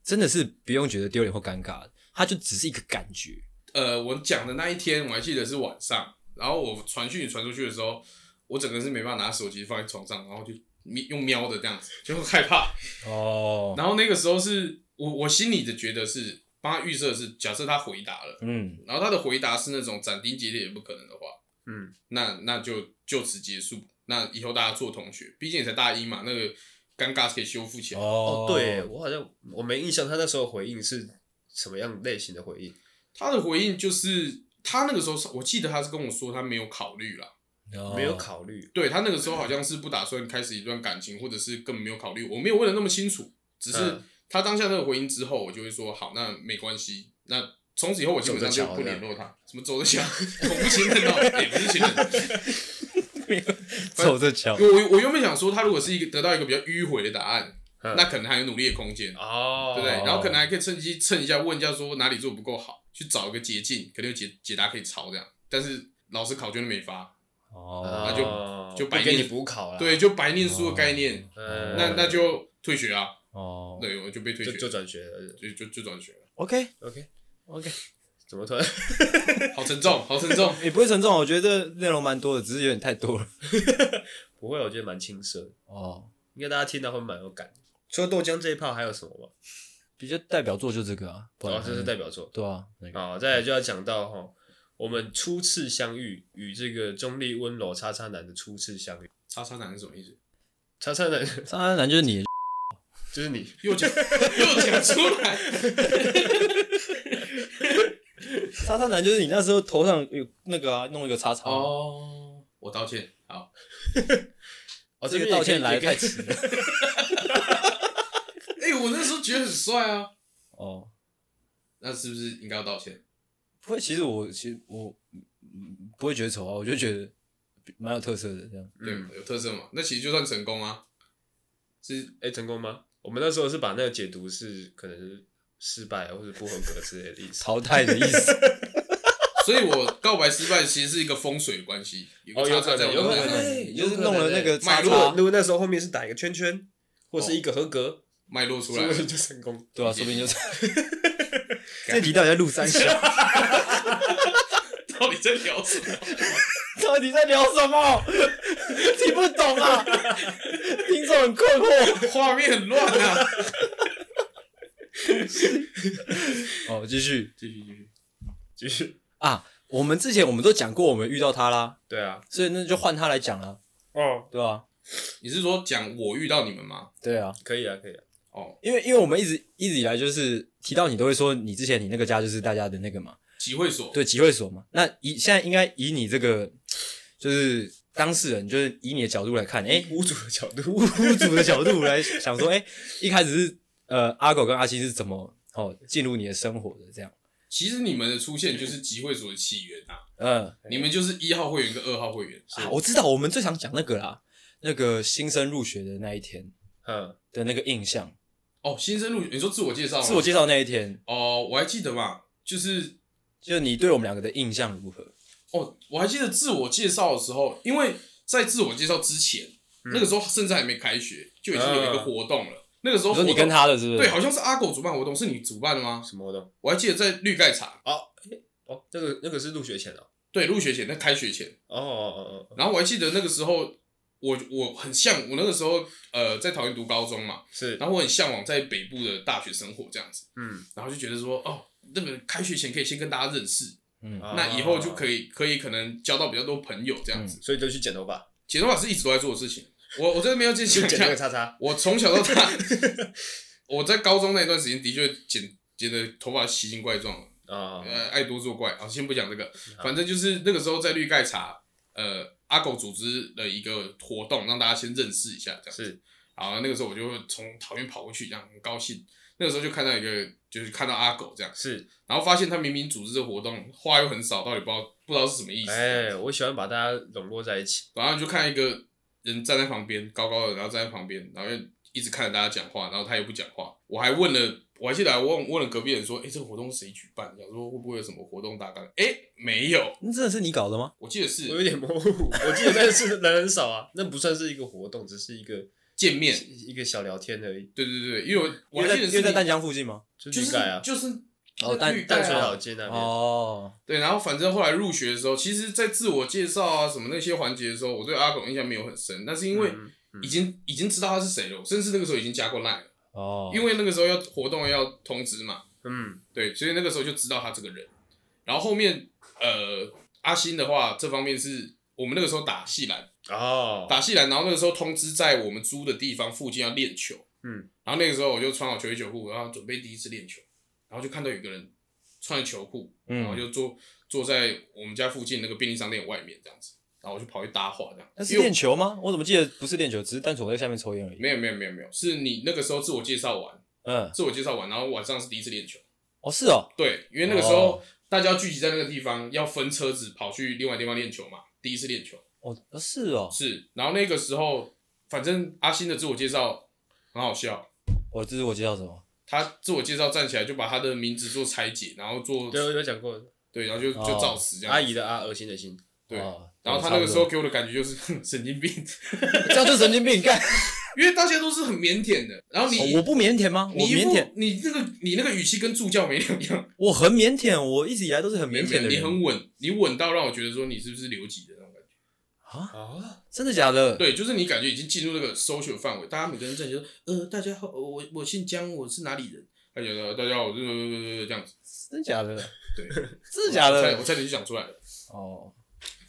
Speaker 3: 真的是不用觉得丢脸或尴尬，它就只是一个感觉。
Speaker 1: 呃，我讲的那一天我还记得是晚上，然后我传讯传出去的时候，我整个是没办法拿手机放在床上，然后就咪用瞄的这样子， [LAUGHS] 就很害怕。
Speaker 3: 哦，
Speaker 1: 然后那个时候是我我心里的觉得是帮他预设的是，假设他回答了，
Speaker 3: 嗯，
Speaker 1: 然后他的回答是那种斩钉截铁也不可能的话，
Speaker 2: 嗯，
Speaker 1: 那那就就此结束。那以后大家做同学，毕竟也才大一嘛，那个尴尬是可以修复起来。
Speaker 3: 哦
Speaker 2: 哦，对，我好像我没印象，他那时候回应是什么样类型的回应？
Speaker 1: 他的回应就是他那个时候是，我记得他是跟我说他没有考虑啦。
Speaker 3: 哦
Speaker 2: 没有
Speaker 3: [LAUGHS]
Speaker 2: 考虑。
Speaker 1: 对他那个时候好像是不打算开始一段感情，或者是根本没有考虑，我没有问的那么清楚，只是
Speaker 2: 嗯
Speaker 1: 他当下那个回应之后，我就会说好，那没关系，那从此以后我基本上就不联络他，什么走着瞧， [LAUGHS] 恐怖情人哦，也不是情
Speaker 2: [LAUGHS]
Speaker 1: 人，
Speaker 3: 走着瞧。
Speaker 1: 我我原本想说他如果是一个得到一个比较迂回的答案，
Speaker 2: 嗯
Speaker 1: 那可能还有努力的空间，
Speaker 2: 哦，
Speaker 1: 对不对？然后可能还可以趁机蹭一下问一下说哪里做得不够好，去找一个捷径，可能有解解答可以抄这样，但是老师考卷都没发，
Speaker 3: 哦
Speaker 2: 哦
Speaker 1: 那就就
Speaker 2: 不
Speaker 1: 白
Speaker 2: 给
Speaker 1: 面
Speaker 2: 你补考了。
Speaker 1: 对，，就白念书的概念。
Speaker 2: 哦嗯
Speaker 1: 那那就退学啊，
Speaker 3: 哦
Speaker 1: 对，我就被退
Speaker 2: 就
Speaker 1: 学，
Speaker 2: 就转学了。
Speaker 1: 就就就转学了，
Speaker 3: ，OK
Speaker 2: OK，
Speaker 3: OK，
Speaker 2: 怎么突然？ [LAUGHS]
Speaker 1: 好沉重，好沉重。 [LAUGHS]
Speaker 3: 也不会沉重，我觉得内容蛮多的，只是有点太多了。
Speaker 2: 不会，我觉得蛮青涩的，
Speaker 3: 哦，
Speaker 2: 应该大家听到会蛮有感。除了豆浆这一趴，还有什么吗？
Speaker 3: 比较代表作就这个啊，不然
Speaker 2: 哦，这是代
Speaker 3: 表
Speaker 2: 表作。
Speaker 3: 对啊，那个
Speaker 2: 好，再来就要讲到哈，我们初次相遇与这个中立温柔叉叉男的初次相遇。
Speaker 1: 叉叉男是什么意思？
Speaker 2: 叉叉 [LAUGHS] 男
Speaker 3: 渣男就是你，
Speaker 2: 就是你，
Speaker 1: 又讲 [LAUGHS] 又讲出来，
Speaker 2: [LAUGHS]
Speaker 3: 渣渣男就是你那时候头上有那个啊，弄一个叉叉。，
Speaker 1: 哦，我道歉，好，
Speaker 2: 哦，
Speaker 3: 这
Speaker 2: 边也
Speaker 3: 个
Speaker 2: 可以
Speaker 3: 道歉来
Speaker 2: 也
Speaker 3: 得
Speaker 2: 可以
Speaker 3: 太迟了。
Speaker 1: 哎、我那时候觉得很帅啊，
Speaker 3: 哦，
Speaker 1: 那是不是应该要道歉？
Speaker 3: 不会，其实我其实我嗯不会觉得丑啊，我就觉得蛮有特色的这样。
Speaker 1: 对
Speaker 2: 嗯，
Speaker 1: 有特色嘛，那其实就算成功啊，是
Speaker 2: [LAUGHS] 哎、成功吗？我们那时候是把那个解读是可能是失败或者不合格之类的意思。
Speaker 3: 淘汰的意思，
Speaker 1: 所以我告白失败其实是一个风水关系，有个
Speaker 2: 哦有
Speaker 1: 叉
Speaker 2: 可
Speaker 1: 叉
Speaker 2: 能
Speaker 1: 在我
Speaker 2: [LAUGHS] 有
Speaker 1: 头
Speaker 2: 可
Speaker 3: [LAUGHS]
Speaker 1: 上
Speaker 2: 能
Speaker 3: 对就是弄了那个叉
Speaker 1: 脉
Speaker 2: 如果
Speaker 3: 叉，
Speaker 2: 如果那时候后面是打一个圈圈，或是一个合格，
Speaker 1: 脉络出
Speaker 2: 说
Speaker 1: 来
Speaker 2: 不
Speaker 1: 了，
Speaker 2: 定就成功。
Speaker 3: 对啊，说不定就是
Speaker 2: [LAUGHS]
Speaker 3: 这题到底在录三小？
Speaker 1: [LAUGHS] 到底在聊什么？
Speaker 3: [LAUGHS] 到底在聊什么？ [LAUGHS] 听不懂
Speaker 2: [LAUGHS]
Speaker 3: 啊！听众很困惑。
Speaker 1: 画面很乱
Speaker 2: [LAUGHS]
Speaker 1: 啊！
Speaker 3: 哦，继续
Speaker 1: 继续继续，
Speaker 2: 继续。
Speaker 3: 啊！我们之前我们都讲过，我们遇到他啦，
Speaker 2: 对啊，
Speaker 3: 所以那就换他来讲啦，
Speaker 2: 哦，
Speaker 3: 对吧、
Speaker 1: 你是说讲我遇到你们吗？
Speaker 3: 对啊，
Speaker 2: 可以啊，可以啊。
Speaker 1: 哦，
Speaker 3: 因为因为我们一直一直以来就是提到你都会说你之前你那个家就是大家的那个嘛，
Speaker 1: 集会所，
Speaker 3: 对集会所嘛。那以现在应该以你这个就是当事人，就是以你的角度来看，哎、
Speaker 2: 屋主的角度， [LAUGHS]
Speaker 3: 屋主的角度来想说，哎、一开始是呃阿狗跟阿七是怎么哦进入你的生活的这样？
Speaker 1: 其实你们的出现就是集会所的起源啊！
Speaker 3: 嗯、
Speaker 1: 你们就是一号会员跟二号会员，
Speaker 3: 啊，我知道我们最常讲那个啦，那个新生入学的那一天
Speaker 2: 嗯，
Speaker 3: 的那个印象，
Speaker 1: 哦，新生入学，你说自我介绍吗？
Speaker 3: 自我介绍那一天，
Speaker 1: 哦，我还记得嘛，就是
Speaker 3: 就是你对我们两个的印象如何？
Speaker 1: 哦，我还记得自我介绍的时候，因为在自我介绍之前，
Speaker 3: 嗯
Speaker 1: 那个时候甚至还没开学，就已经有一个活动了。那个时候
Speaker 3: 你说你
Speaker 1: 活动
Speaker 3: 跟他的是不是？
Speaker 1: 对，好像是阿狗主办活动，是你主办的吗？
Speaker 2: 什么活动？
Speaker 1: 我还记得在绿盖茶，
Speaker 2: 哦，那个那个是入学前哦。
Speaker 1: 对，入学前，那开学前，
Speaker 2: 哦哦哦哦，
Speaker 1: 然后我还记得那个时候，我我很向我那个时候呃在桃园读高中嘛，
Speaker 2: 是，
Speaker 1: 然后我很向往在北部的大学生活这样子，
Speaker 2: 嗯，
Speaker 1: 然后就觉得说哦，那个开学前可以先跟大家认识，
Speaker 3: 嗯，
Speaker 1: 那以后就可
Speaker 2: 以，
Speaker 1: 以可以可能交到比较多朋友这样子。
Speaker 2: 哦所以就去剪头
Speaker 1: [LAUGHS]
Speaker 2: 发，
Speaker 1: 剪头发是一直都在做的事情，我我这边要先
Speaker 2: 去
Speaker 1: 讲一
Speaker 2: [LAUGHS] 剪那
Speaker 1: 下
Speaker 2: 个，叉叉。
Speaker 1: 我从小到
Speaker 2: [LAUGHS]
Speaker 1: 大，我在高中那段时间的确剪剪的头发奇形怪状，
Speaker 2: 啊，
Speaker 1: 呃，爱多作怪啊，先不讲这个，反正就是那个时候在绿盖茶，呃，阿狗组织了一个活动，让大家先认识一下，这样。
Speaker 2: 是，
Speaker 1: 然后那个时候我就会从桃园跑过去，这样很高兴。那个时候就看到一个，就是看到阿狗这样，
Speaker 2: 是，
Speaker 1: 然后发现他明明组织这活动，话又很少，到底不知道不知道是什么意思。
Speaker 2: 哎，我喜欢把大家笼络在一起。
Speaker 1: 然后就看一个人站在旁边，高高的，然后站在旁边，然后又一直看着大家讲话，然后他也不讲话。我还问了，我还记得还问问了隔壁人说：“哎、这个活动谁举办？”想说会不会有什么活动大纲？哎、没有，
Speaker 3: 那真的是你搞的吗？
Speaker 1: 我记得
Speaker 2: 我有
Speaker 1: 是
Speaker 2: 点模糊，我记得那是人很少啊， [LAUGHS] 那不算是一个活动，只是一个
Speaker 1: 见面。
Speaker 2: 一个小聊天而已，
Speaker 1: 对对对，因为我我
Speaker 3: 因为
Speaker 1: 还
Speaker 3: 在
Speaker 1: 记得
Speaker 3: 因
Speaker 1: 是
Speaker 3: 为在
Speaker 1: 你
Speaker 3: 淡江附近吗？
Speaker 2: 就
Speaker 1: 就是
Speaker 2: 绿盖啊，
Speaker 1: 就是
Speaker 3: 哦淡
Speaker 1: 绿盖啊
Speaker 2: 淡水老街那边。嗯
Speaker 3: 哦，
Speaker 1: 对，然后反正后来入学的时候，其实，在自我介绍啊什么那些环节的时候，我对阿狗印象没有很深，但是因为
Speaker 2: 嗯嗯
Speaker 1: 已经、已经知道他是谁了，我甚至那个时候已经加过 line 了，
Speaker 3: 哦，
Speaker 1: 因为那个时候要活动要通知嘛，
Speaker 2: 嗯，
Speaker 1: 对，所以那个时候就知道他这个人。然后后面呃，阿星的话，这方面是我们那个时候打细篮，
Speaker 2: 哦，
Speaker 1: 打细篮，然后那个时候通知在我们租的地方附近要练球，
Speaker 2: 嗯，
Speaker 1: 然后那个时候我就穿好球衣球裤，然后准备第一次练球，然后就看到有一个人穿着球裤，然后
Speaker 3: 嗯，
Speaker 1: 就坐坐在我们家附近那个便利商店外面这样子，然后我就跑去搭话这样，
Speaker 3: 那是
Speaker 1: 因为我
Speaker 3: 练球吗？我怎么记得不是练球，只是单纯我在下面抽烟而已。
Speaker 1: 没有没有没有没有，是你那个时候自我介绍完，
Speaker 3: 嗯，
Speaker 1: 自我介绍完，然后晚上是第一次练球。
Speaker 3: 哦是哦，
Speaker 1: 对，因为那个时候、
Speaker 3: 哦
Speaker 1: 大家聚集在那个地方，要分车子跑去另外地方练球嘛。第一次练球
Speaker 3: 哦哦是哦，
Speaker 1: 是，然后那个时候，反正阿星的自我介绍很好笑，
Speaker 3: 我哦这是我介绍什么？
Speaker 1: 他自我介绍站起来就把他的名字做拆解，然后做
Speaker 2: 对，我有讲过，
Speaker 1: 对，然后就就照实这样。
Speaker 2: 阿姨的阿，恶心的心，
Speaker 1: 对，
Speaker 3: 哦
Speaker 1: 然后他那个时候
Speaker 3: 差
Speaker 1: 给我的感觉就是哼神经病， [LAUGHS]
Speaker 3: 不多这样就神经病干，
Speaker 1: 因为大家都是很腼腆的，然后你、
Speaker 3: 哦我不腼腆吗？
Speaker 1: 你
Speaker 3: 我
Speaker 1: 一
Speaker 3: 腼
Speaker 1: 副
Speaker 3: 腆，，
Speaker 1: 你那个你那个语气跟助教没两样，
Speaker 3: 我很腼腆，我一直以来都是很腼腆的
Speaker 1: 你
Speaker 3: 人
Speaker 1: 很稳，你稳到让我觉得说你是不是留级的那种感觉。
Speaker 3: 啊，
Speaker 2: 啊，
Speaker 3: 真的假的？
Speaker 1: 对，就是你感觉已经进入那个 social 范围，大家每个人在说，呃，大家好，呃我我姓江，我是哪里人？他觉得大家好，我是这样子，
Speaker 3: 真的假的？
Speaker 1: 对，
Speaker 3: 真的假
Speaker 1: 我差
Speaker 3: 的
Speaker 1: 我？差点就讲出来了。
Speaker 3: 哦，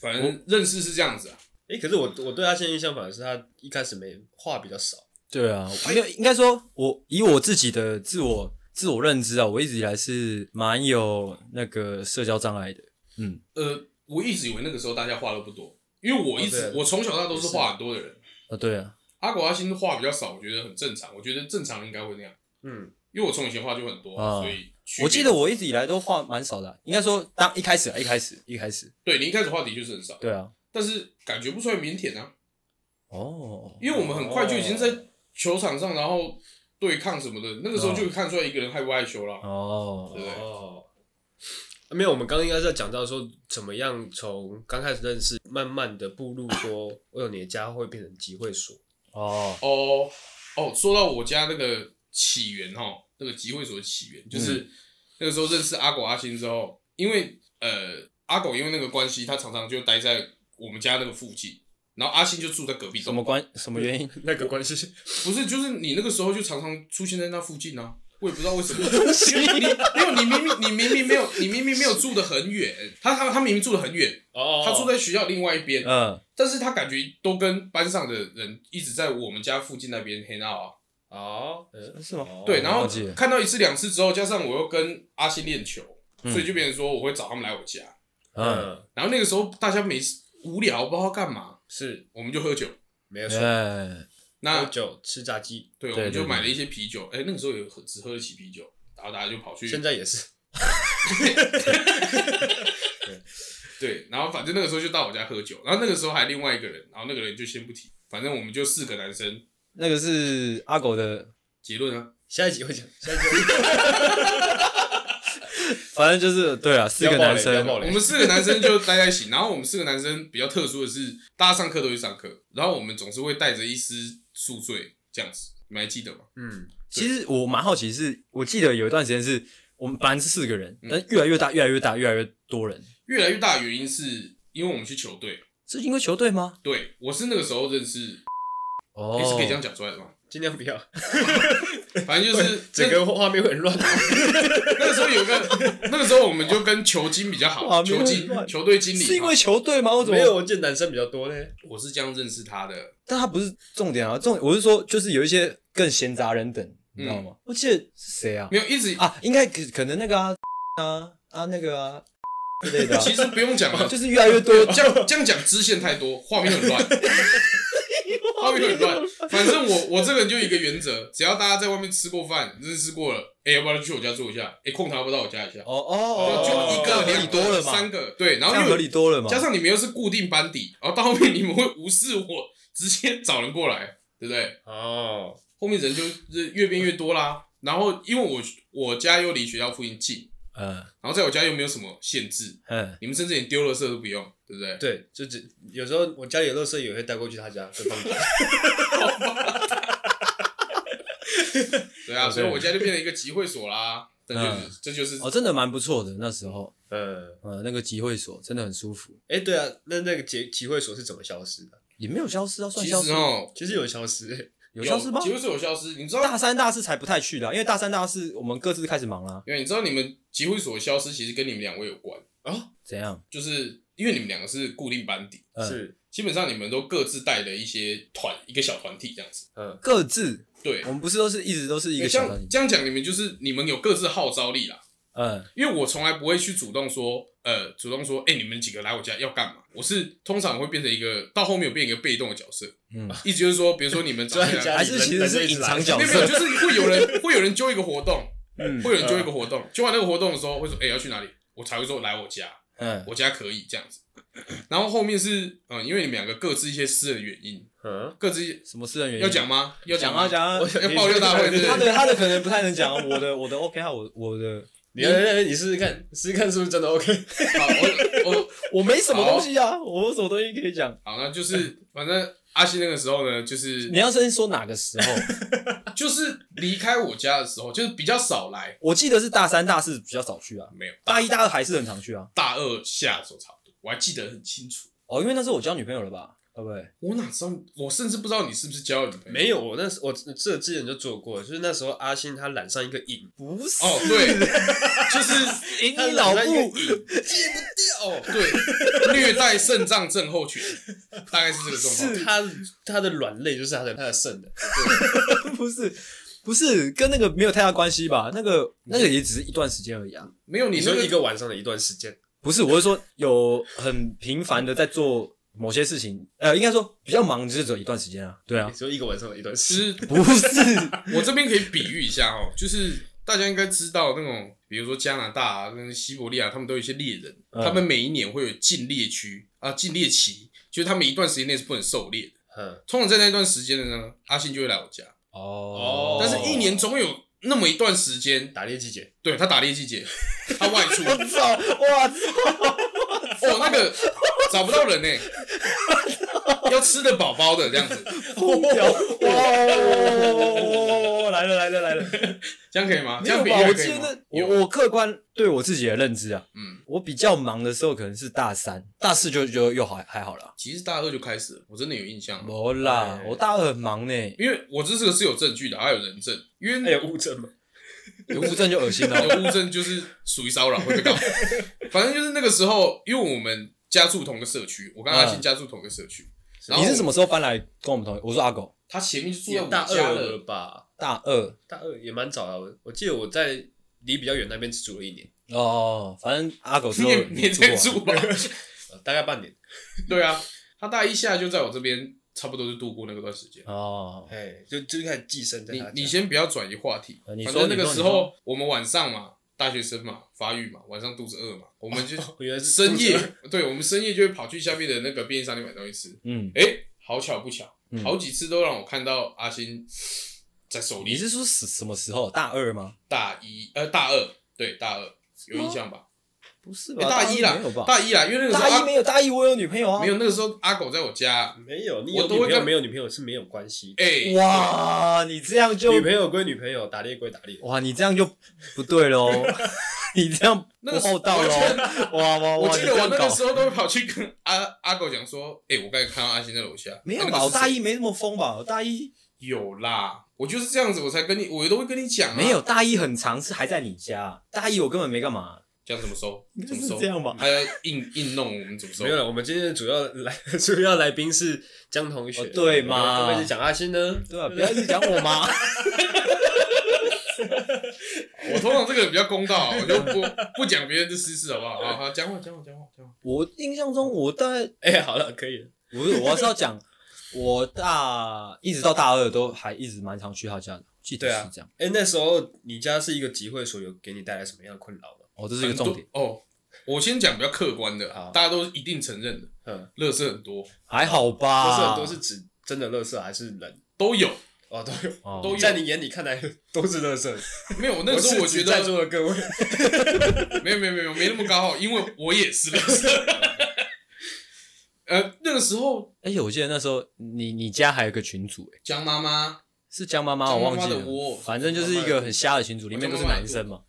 Speaker 1: 反正认识是这样子啊，
Speaker 2: 哎、可是我我对他现在印象反而是他一开始没话比较少，
Speaker 3: 对啊，没有，应该说，我以我自己的自我自我认知啊，我一直以来是蛮有那个社交障碍的。嗯，
Speaker 1: 呃，我一直以为那个时候大家话都不多，因为我一直、
Speaker 2: 哦对
Speaker 1: 我从小到大都是话很多的人，
Speaker 3: 啊，对啊，
Speaker 1: 阿狗阿星话比较少，我觉得很正常，我觉得正常应该会那样，
Speaker 2: 嗯，
Speaker 1: 因为我从以前话就很多，
Speaker 3: 啊
Speaker 1: 所以区别
Speaker 3: 我记得我一直以来都话蛮少的啊、应该说当一开始啊，一开始一开始，
Speaker 1: 对你一开始话的确是很少，
Speaker 3: 对啊，
Speaker 1: 但是感觉不出来腼腆啊，
Speaker 3: 哦，
Speaker 1: 因为我们很快就已经在球场上，然后对抗什么的，那个时候就看出来一个人害不害羞了。啊
Speaker 3: 哦，
Speaker 1: 对
Speaker 2: 哦。啊没有，我们刚刚应该是在讲到说，怎么样从刚开始认识，慢慢的步入说，我有你的家会变成集会
Speaker 1: [LAUGHS]
Speaker 2: 所。
Speaker 3: 哦，
Speaker 1: 哦哦，说到我家那个起源哈，那个集会所的起源，
Speaker 3: 嗯
Speaker 1: 就是那个时候认识阿狗阿星之后，因为呃阿狗因为那个关系，他常常就待在我们家那个附近，然后阿星就住在隔壁
Speaker 3: 什
Speaker 1: 栋
Speaker 3: 么，关什么原因？
Speaker 2: 那个关系，
Speaker 1: 不是就是你那个时候就常常出现在那附近啊。我也不知道为什么， [LAUGHS]
Speaker 3: 西
Speaker 1: 因为你没有你明明你明明没有你明明没有住的很远，他他他明明住的很远，
Speaker 2: 哦，
Speaker 1: 他住在学校另外一边，
Speaker 3: [LAUGHS] 嗯，
Speaker 1: 但是他感觉都跟班上的人一直在我们家附近那边 hang out 啊。
Speaker 2: 哦，嗯
Speaker 3: 是吗？
Speaker 2: 哦
Speaker 1: 对，然后
Speaker 3: 了解
Speaker 1: 看到一次两次之后，加上我又跟阿星练球，
Speaker 3: 嗯
Speaker 1: 所以就变成说我会找他们来我家。
Speaker 3: 嗯，
Speaker 2: 嗯，
Speaker 1: 然后那个时候大家没事无聊，不知道干嘛，
Speaker 2: 是
Speaker 1: 我们就喝酒。
Speaker 2: 没有错。
Speaker 3: 哎，
Speaker 2: 喝
Speaker 1: 那
Speaker 2: 酒吃炸鸡，
Speaker 1: 对，我
Speaker 3: 对
Speaker 1: 们
Speaker 3: 对
Speaker 1: 就
Speaker 3: 对
Speaker 1: 买了一些啤酒。哎，那个时候有喝只喝得起啤酒，然后大家就跑去
Speaker 2: 现在也是。
Speaker 1: 对，然后反正那个时候就到我家喝酒。然后那个时候还另外一个人，然后那个人就先不提，反正我们就四个男生。
Speaker 3: 那个是阿狗的，
Speaker 1: 结论啊，
Speaker 2: 下一集会讲，下一集
Speaker 3: 反正就是对啊，四个男
Speaker 2: 不要
Speaker 3: 生
Speaker 2: 爆，雷
Speaker 1: 我们四个男生就待在一起，然 [LAUGHS] 后我们四个男生比较特殊的是，大家上课都去上课，然后我们总是会带着一丝宿醉这样子，你们还记得吗？
Speaker 2: 嗯，
Speaker 3: 其实我蛮好奇是，我记得有一段时间是我们班是四个人，但越来越大，越来越大，越来越多人，
Speaker 1: 越来越大的原因是因为我们去球队，
Speaker 3: 是因为球队吗？
Speaker 1: 对我是那个时候认识，
Speaker 3: 哦哎
Speaker 1: 也、是可以这样讲出来的嘛，
Speaker 2: 尽量不要，
Speaker 1: 反正就是
Speaker 2: 整个画面会很乱。
Speaker 1: 那那个时候有个，那个时候我们就跟球经比较
Speaker 3: 哇
Speaker 1: 好，
Speaker 3: 没有
Speaker 1: 球经
Speaker 3: 乱
Speaker 1: 球队经理嘛，
Speaker 3: 是因为球队吗？我怎么
Speaker 2: 没有，我见男生比较多呢。
Speaker 1: 我是这样认识他的，
Speaker 3: 但他不是重点啊，重我是说，就是有一些更闲杂人等，你知道吗？我记得是谁啊
Speaker 1: 嗯没？有一直、
Speaker 3: 啊，应该可可能那个啊 [LAUGHS] 啊啊那个
Speaker 1: [LAUGHS]
Speaker 3: 啊之类的啊、
Speaker 1: 其实不用讲了，
Speaker 3: 就是越来越多。
Speaker 1: 这样这样讲支线太多，画面很乱，画面很乱。反正我我这个人就一个原则，只要大家在外面吃过饭、认识过了，哎、要不要去我家住一下？哎、空堂要不要到我家一下？
Speaker 3: 哦哦哦，
Speaker 1: 就一个、
Speaker 3: 合理
Speaker 1: 两
Speaker 3: 多
Speaker 1: 个、
Speaker 3: 了嘛，
Speaker 1: 三个，对，然
Speaker 3: 这样
Speaker 1: 后
Speaker 3: 合
Speaker 1: 又
Speaker 3: 理多了嘛。
Speaker 1: 加上你们又是固定班底，然后到后面你们会无视我，直接找人过来，对不对？
Speaker 2: 哦，
Speaker 1: 后面人就是越变越多啦。然后因为我我家又离学校附近近，
Speaker 3: 嗯
Speaker 1: 然后在我家又没有什么限制，
Speaker 3: 嗯，
Speaker 1: 你们甚至连丢垃圾都不用，对不对？
Speaker 2: 对，就只有时候我家里有垃圾也会带过去他家，就放
Speaker 1: [LAUGHS]
Speaker 2: 着
Speaker 1: 对啊，
Speaker 3: 哦对
Speaker 1: 所以我家就变成一个集会所啦。这就是这就是
Speaker 3: 哦，真的蛮不错的那时候，
Speaker 2: 嗯，
Speaker 3: 呃，那个集会所真的很舒服，
Speaker 2: 哎，对啊，那那个集集会所是怎么消失的？
Speaker 3: 也没有消失啊，算
Speaker 1: 其
Speaker 3: 消失
Speaker 1: 实
Speaker 3: 吗
Speaker 1: 哦，
Speaker 2: 其实有消失欸，
Speaker 3: 有消失吗？
Speaker 1: 集会所有消失，你知道
Speaker 3: 大？三、大四才不太去的啊，因为大三、大四我们各自开始忙啊啦。
Speaker 1: 因为你知道你们集会所的消失，其实跟你们两位有关，
Speaker 3: 怎样？
Speaker 1: 就是因为你们两个是固定班底，
Speaker 3: 嗯
Speaker 2: 是，
Speaker 1: 基本上你们都各自带了一些团一个小团体这样子。
Speaker 2: 嗯，
Speaker 3: 各自，
Speaker 1: 对
Speaker 3: 我，们不是都是一直都是一个小团
Speaker 1: 像
Speaker 3: 体？
Speaker 1: 这样讲，你们就是你们有各自号召力啦。
Speaker 3: 嗯，
Speaker 1: 因为我从来不会去主动说，呃，主动说，哎、你们几个来我家要干嘛？我是通常会变成一个到后面有变一个被动的角色，
Speaker 3: 嗯，
Speaker 1: 意思就是说，比如说你
Speaker 3: [LAUGHS]
Speaker 1: 们找
Speaker 2: 就在家
Speaker 3: 还是其实是隐藏角
Speaker 1: 没有没有，
Speaker 3: 色，
Speaker 1: 就是会有人会有人揪一个活动，
Speaker 3: 嗯
Speaker 1: 会有人揪一个活动，揪完那个活动的时候会说，哎、要去哪里？我才会说来我家，
Speaker 3: 嗯，
Speaker 1: 我家可以这样子。然后后面是，嗯、因为你们两个各自一些私人原因，
Speaker 2: 嗯，
Speaker 1: 各自一
Speaker 3: 什么私人原因？
Speaker 1: 要讲吗？要
Speaker 3: 讲
Speaker 1: 吗
Speaker 3: 啊？讲啊，
Speaker 2: 我想
Speaker 1: 要爆料大会对不
Speaker 3: 他
Speaker 1: 对？
Speaker 3: 的他的可能不太能讲啊，我的我的 OK 啊，我我的
Speaker 2: [LAUGHS] 你来你试试看，试试看是不是真的 OK？
Speaker 1: 好，我我
Speaker 3: 我没什么东西啊，我有什么东西可以讲？
Speaker 1: 好，那就是反正阿信那个时候呢，就是
Speaker 3: 你要先说哪个
Speaker 1: [LAUGHS]
Speaker 3: 时候？
Speaker 1: 就是离开我家的时候，就是比较少来，
Speaker 3: 我记得是大三、大四比较少去啊，
Speaker 1: 没有
Speaker 3: 大一、大二还是很常去啊。
Speaker 1: 大二下的时候差不多，我还记得很清楚。
Speaker 3: 哦，因为那时候我交女朋友了吧？对不对？
Speaker 1: 我哪知道？我甚至不知道你是不是交了女朋友。
Speaker 2: 没有，我那时我这之前就做过，就是那时候阿信他染上一个瘾，
Speaker 3: 不是
Speaker 1: 哦，对，就是
Speaker 3: [LAUGHS] 赢
Speaker 2: 他
Speaker 3: 你老
Speaker 2: 染上一个
Speaker 3: 布，
Speaker 2: 瘾，
Speaker 1: 哦，对，虐待肾脏症候群，大概是这个状况。
Speaker 2: 他他的软肋就是他的他的肾的，
Speaker 3: 不是不是跟那个没有太大关系吧？那个那个也只是一段时间而已啊。
Speaker 1: 没有，你
Speaker 2: 你
Speaker 1: 那
Speaker 2: 说
Speaker 1: 个
Speaker 2: 一个晚上的一段时间，
Speaker 3: 不是，我是说有很频繁的在做某些事情，呃，应该说比较忙，就是只有一段时间啊。对啊
Speaker 2: 你，说一个晚上的一段
Speaker 1: 其
Speaker 2: 时间，
Speaker 1: 实
Speaker 3: 不是，
Speaker 1: 我这边可以比喻一下哦，就是大家应该知道那种，比如说加拿大啊、跟西伯利亚，他们都有一些猎人，
Speaker 3: 嗯
Speaker 1: 他们每一年会有禁猎区啊、禁猎期，就是他们一段时间内是不能狩猎的。
Speaker 2: 嗯，
Speaker 1: 通常在那段时间的呢，阿信就会来我家，
Speaker 3: 哦
Speaker 1: 但是一年总有那么一段时间，
Speaker 2: 打猎季节，
Speaker 1: 对他打猎季节，他外
Speaker 3: [LAUGHS]
Speaker 1: 出，
Speaker 3: 我操，哇
Speaker 1: 哦，那个找不到人呢、要吃的饱饱的这样子，
Speaker 3: 疯
Speaker 2: [LAUGHS]
Speaker 3: 掉！哇，来了来了来了！
Speaker 1: 这样可以吗？
Speaker 3: 没
Speaker 1: 这样
Speaker 3: 有
Speaker 1: 比
Speaker 3: 吧
Speaker 1: 喻？还
Speaker 3: 我
Speaker 1: 可
Speaker 3: 记
Speaker 1: 以
Speaker 3: 得
Speaker 1: 吗
Speaker 3: 那？
Speaker 1: 有
Speaker 3: 我我客观对我自己的认知啊，
Speaker 1: 嗯，
Speaker 3: 我比较忙的时候可能是大三、大四就就又还还好啦。
Speaker 1: 其实大二就开始了，我真的有印象。哦
Speaker 3: 没啦，
Speaker 2: 哎
Speaker 3: 我大二很
Speaker 1: [LAUGHS]
Speaker 3: 忙呢，
Speaker 1: 因为我这个是有证据的，还有人证，因
Speaker 2: 还
Speaker 3: 哎
Speaker 1: 为
Speaker 2: 有物证吗？
Speaker 3: 有乌镇就恶心了。
Speaker 1: 有物证就是属于骚扰会被告。 [LAUGHS] 反正就是那个时候，因为我们家住同个社区，我跟阿信
Speaker 3: 嗯
Speaker 1: 家住同个社区， [LAUGHS] 然后
Speaker 3: 你是什么时候搬来跟我们同一？我说阿狗，
Speaker 1: 他前面就住在
Speaker 2: 也
Speaker 1: 我
Speaker 2: 大
Speaker 1: 家
Speaker 2: 二
Speaker 1: 了
Speaker 2: 了，吧？
Speaker 3: 大二
Speaker 2: 大二也蛮早了，啊我我记得我在离比较远那边只住了一年，
Speaker 3: 哦，反正阿狗是
Speaker 1: 你也你也在
Speaker 3: 住啊
Speaker 1: 住吧？啊
Speaker 2: 呃大概半年。
Speaker 1: [LAUGHS] 对啊，他大一下就在我这边，差不多就度过那个段时间。
Speaker 3: 过啊哦，
Speaker 2: 哎，就就开始寄生在
Speaker 1: 你
Speaker 2: 他家
Speaker 1: 你先不要转移话题，
Speaker 3: 呃你
Speaker 1: 反
Speaker 3: 说
Speaker 1: 正那个
Speaker 3: 你说
Speaker 1: 时
Speaker 3: 你
Speaker 1: 候
Speaker 3: 说
Speaker 1: 我们晚上嘛，大学生嘛，发育嘛，晚上肚子饿嘛，我们就
Speaker 3: 哦
Speaker 2: 我原来是
Speaker 1: 深夜
Speaker 2: 肚子，
Speaker 1: 对我们深夜就会跑去下面的那个便利商店买东西吃。
Speaker 3: 嗯，
Speaker 1: 哎、好巧不巧，
Speaker 3: 嗯
Speaker 1: 好几次都让我看到阿星在手
Speaker 3: 你
Speaker 1: 里。
Speaker 3: 是说什什么时候？大二吗？
Speaker 1: 大一呃大二，对大二有印象吧？
Speaker 3: 不是
Speaker 1: 诶
Speaker 3: 吧？
Speaker 1: 哎大
Speaker 3: 二
Speaker 1: 一啦
Speaker 3: 没有，吧？
Speaker 1: 大一啊啦，因为那个时候
Speaker 3: 大一
Speaker 1: 阿
Speaker 3: 没有，大一我有女朋友啊。
Speaker 1: 没有那个时候阿狗在我家，
Speaker 2: [LAUGHS] 没有，你
Speaker 1: 我
Speaker 2: 有
Speaker 1: 都
Speaker 2: 女
Speaker 1: 会
Speaker 2: 朋友
Speaker 1: 跟
Speaker 2: 没有女朋友是没有关系。
Speaker 1: 哎，
Speaker 3: 哇，你这样就
Speaker 2: 女朋友归女朋友，打猎归打猎。
Speaker 3: 哇，你这样就不对喽，
Speaker 1: [LAUGHS]
Speaker 3: 你这样
Speaker 1: 那个
Speaker 3: 不厚道
Speaker 1: 我
Speaker 3: 喽
Speaker 1: 记。
Speaker 3: 哇哦哇
Speaker 1: 我
Speaker 3: 哇，
Speaker 1: 记
Speaker 3: 你
Speaker 1: 得
Speaker 3: 这
Speaker 1: 我
Speaker 3: 样
Speaker 1: 那个
Speaker 3: 搞
Speaker 1: 时候都会跑去跟阿阿狗讲说，哎，我刚才看到阿星在楼下，
Speaker 3: 没有
Speaker 1: 那个
Speaker 3: 吧？
Speaker 1: 是
Speaker 3: 我大
Speaker 1: 谁
Speaker 3: 一没那么疯吧？我大一
Speaker 1: 有啦，我就是这样子，我才跟你，我都会跟你讲啊，
Speaker 3: 没有，大一很长是还在你家，大一我根本没干嘛，
Speaker 1: 讲怎么收，
Speaker 3: 应该
Speaker 1: 怎么
Speaker 3: 是
Speaker 1: 收
Speaker 3: 这，样吧？
Speaker 1: 还要硬硬弄我们怎么收
Speaker 2: 没，有了，我们今天的主要来 [LAUGHS] 主要来宾是江同学，
Speaker 3: 哦对嘛
Speaker 2: 我们一直讲阿星呢， [LAUGHS]
Speaker 3: 对吧？啊不要一直讲我
Speaker 1: [LAUGHS]
Speaker 3: 妈，
Speaker 1: 我通常这个比较公道，啊我就不 [LAUGHS] 不讲别人的私事好不好？好好讲话讲话讲话讲话，
Speaker 3: 我印象中我大概
Speaker 2: 哎、好了，可以了。
Speaker 3: 不是，我是要讲，我大一直到大二都还一直蛮常去他家的，记得
Speaker 2: 对啊
Speaker 3: 是这样。
Speaker 2: 哎、那时候你家是一个集会所，有给你带来什么样的困扰吗？
Speaker 3: 哦，这是一个重点，
Speaker 1: 很多哦。我先讲比较客观的啊
Speaker 2: 好，
Speaker 1: 大家都一定承认的，
Speaker 2: 嗯，
Speaker 1: 乐色很多，
Speaker 3: 还好
Speaker 2: 垃
Speaker 3: 吧？
Speaker 1: 啊
Speaker 2: 圾很多是指真的垃圾还是人？
Speaker 1: 都
Speaker 3: [LAUGHS]
Speaker 1: 有
Speaker 2: 哦，都有，
Speaker 3: 哦
Speaker 1: 都有
Speaker 2: 在你眼里看来都是垃圾。
Speaker 1: 没有？那个时
Speaker 2: 是
Speaker 1: 候我
Speaker 2: 指
Speaker 1: 觉
Speaker 2: 在
Speaker 1: 得
Speaker 2: 座的各位，
Speaker 1: 没有没有没有没那么高傲，因为我也是乐色。 [LAUGHS] 呃，那个时候
Speaker 3: 而且我记得那时候你你家还有一个群组、欸，
Speaker 1: 江妈妈，
Speaker 3: 是江妈妈，
Speaker 1: 江
Speaker 3: 我
Speaker 1: 妈妈
Speaker 3: 忘记
Speaker 1: 的
Speaker 3: 了
Speaker 1: 窝，
Speaker 3: 反正就是一个很瞎的群组，里面都是男生嘛，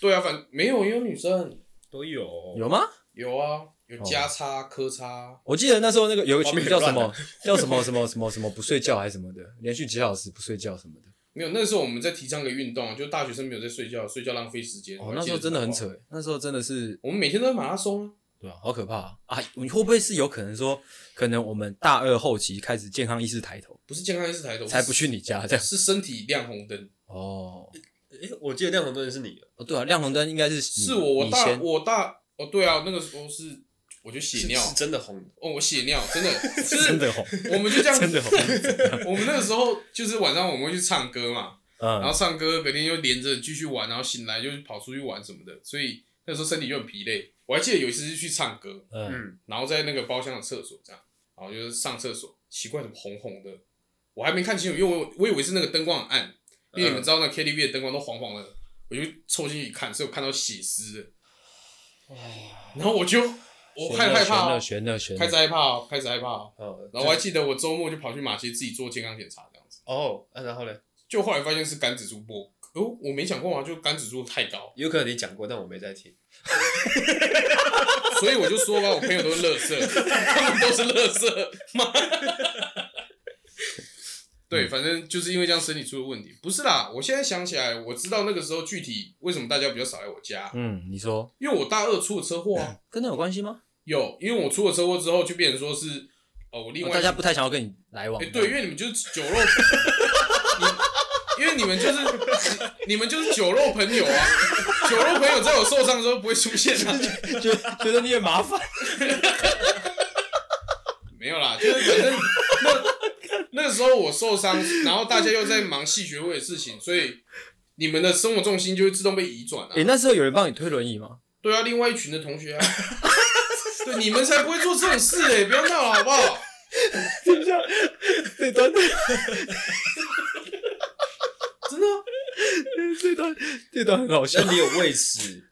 Speaker 1: 对啊，反没有也有女生，
Speaker 2: 都有。
Speaker 3: 有吗？
Speaker 1: 有啊，有加差、科差，
Speaker 3: 我记得那时候那个有个
Speaker 2: 画
Speaker 3: 群
Speaker 2: 面
Speaker 3: 组叫什
Speaker 2: 很乱
Speaker 3: 么，叫什么什么什么什么不睡觉还是什么的，连续几小时不睡觉什么的。
Speaker 1: 没有。那时候我们在提倡一个运动，就大学生没有在睡觉，睡觉浪费时间。
Speaker 3: 哦
Speaker 1: 我，还
Speaker 3: 那
Speaker 1: 记
Speaker 3: 时
Speaker 1: 得
Speaker 3: 候真的很
Speaker 1: 这
Speaker 3: 扯
Speaker 1: 种话。
Speaker 3: 欸，那时候真的是
Speaker 1: 我们每天都在马拉松啊，
Speaker 3: 对啊，好可怕啊！啊你会不会是有可能说，可能我们大二后期开始健康意识抬头，
Speaker 1: 不是健康意识抬头，
Speaker 3: 才不去你家这样？
Speaker 1: 是身体亮红灯。
Speaker 3: 哦，
Speaker 2: 哎、我记得亮红灯的是你的，
Speaker 3: 哦对啊，亮红灯应该是
Speaker 1: 是
Speaker 3: 是
Speaker 1: 我，我
Speaker 3: 你
Speaker 1: 大
Speaker 3: 先
Speaker 1: 我大哦，对啊，那个时候是我就血
Speaker 2: 是
Speaker 1: 尿，
Speaker 2: 是真的红的。
Speaker 1: 哦，我血尿，真
Speaker 3: [LAUGHS]
Speaker 1: 的，就
Speaker 3: 真
Speaker 1: 是 [LAUGHS]
Speaker 3: 的红，
Speaker 1: 我们就这样，
Speaker 3: 真的红，
Speaker 1: 我们那个时候就是晚上我们会去唱歌嘛，然
Speaker 3: 嗯，
Speaker 1: 后唱歌隔天又连着继续玩，然后醒来就跑出去玩什么的，所以那时候身体就很疲累。我还记得有一次是去唱歌，
Speaker 3: 嗯，
Speaker 2: 嗯，
Speaker 1: 然后在那个包厢的厕所这样，然后就是上厕所，奇怪怎么红红的，我还没看清楚，因为我我以为是那个灯光很暗，因为你们知道那 KTV 的灯光都黄黄的，我就凑进去一看，是有看到血丝的，然后我就我
Speaker 3: 悬
Speaker 1: 开
Speaker 3: 了
Speaker 1: 始害怕哦，
Speaker 3: 悬了悬了
Speaker 1: 开始
Speaker 3: 悬了，
Speaker 1: 害怕哦，开始害怕哦。
Speaker 2: 哦
Speaker 1: 然后我还记得我周末就跑去马街自己做健康检查，这样子，
Speaker 2: 哦，啊然后呢？
Speaker 1: 就后来发现是肝指数波，哦，我没讲过嘛，就肝指数太高，
Speaker 2: 有可能你讲过，但我没
Speaker 1: [LAUGHS]
Speaker 2: 在听。
Speaker 1: 所以我就说吧，我朋友都是乐色，他们都是乐色，妈。
Speaker 3: 嗯
Speaker 1: 对，反正就是因为这样身体出了问题，不是啦。我现在想起来，我知道那个时候具体为什么大家比较少来我家，
Speaker 3: 嗯，你说
Speaker 1: 因为我大二出了车祸啊。
Speaker 3: 跟那有关系吗？
Speaker 1: 有，因为我出了车祸之后，就变成说是哦，我另外
Speaker 3: 哦
Speaker 1: 一
Speaker 3: 大家不太想要跟你来往
Speaker 1: 哎、，对，因为你们就是酒肉，你因为你们就是你们就是酒肉朋友啊，酒肉朋友在我受伤的时候不会出现啊，
Speaker 3: 觉觉得你很麻烦，
Speaker 1: 没有啦，就是反正那那时候我受伤，然后大家又在忙系学会的事情，所以你们的生活重心就会自动被移转啊。
Speaker 3: [LAUGHS] 诶，那时候有人帮你推轮椅吗？
Speaker 1: 对啊，另外一群的同学啊， [LAUGHS] 对，你们才不会做这种事嘞、不要闹了好不好？
Speaker 3: 这段
Speaker 1: 真的啊、
Speaker 3: 这段这段很好笑
Speaker 2: 那，你有为此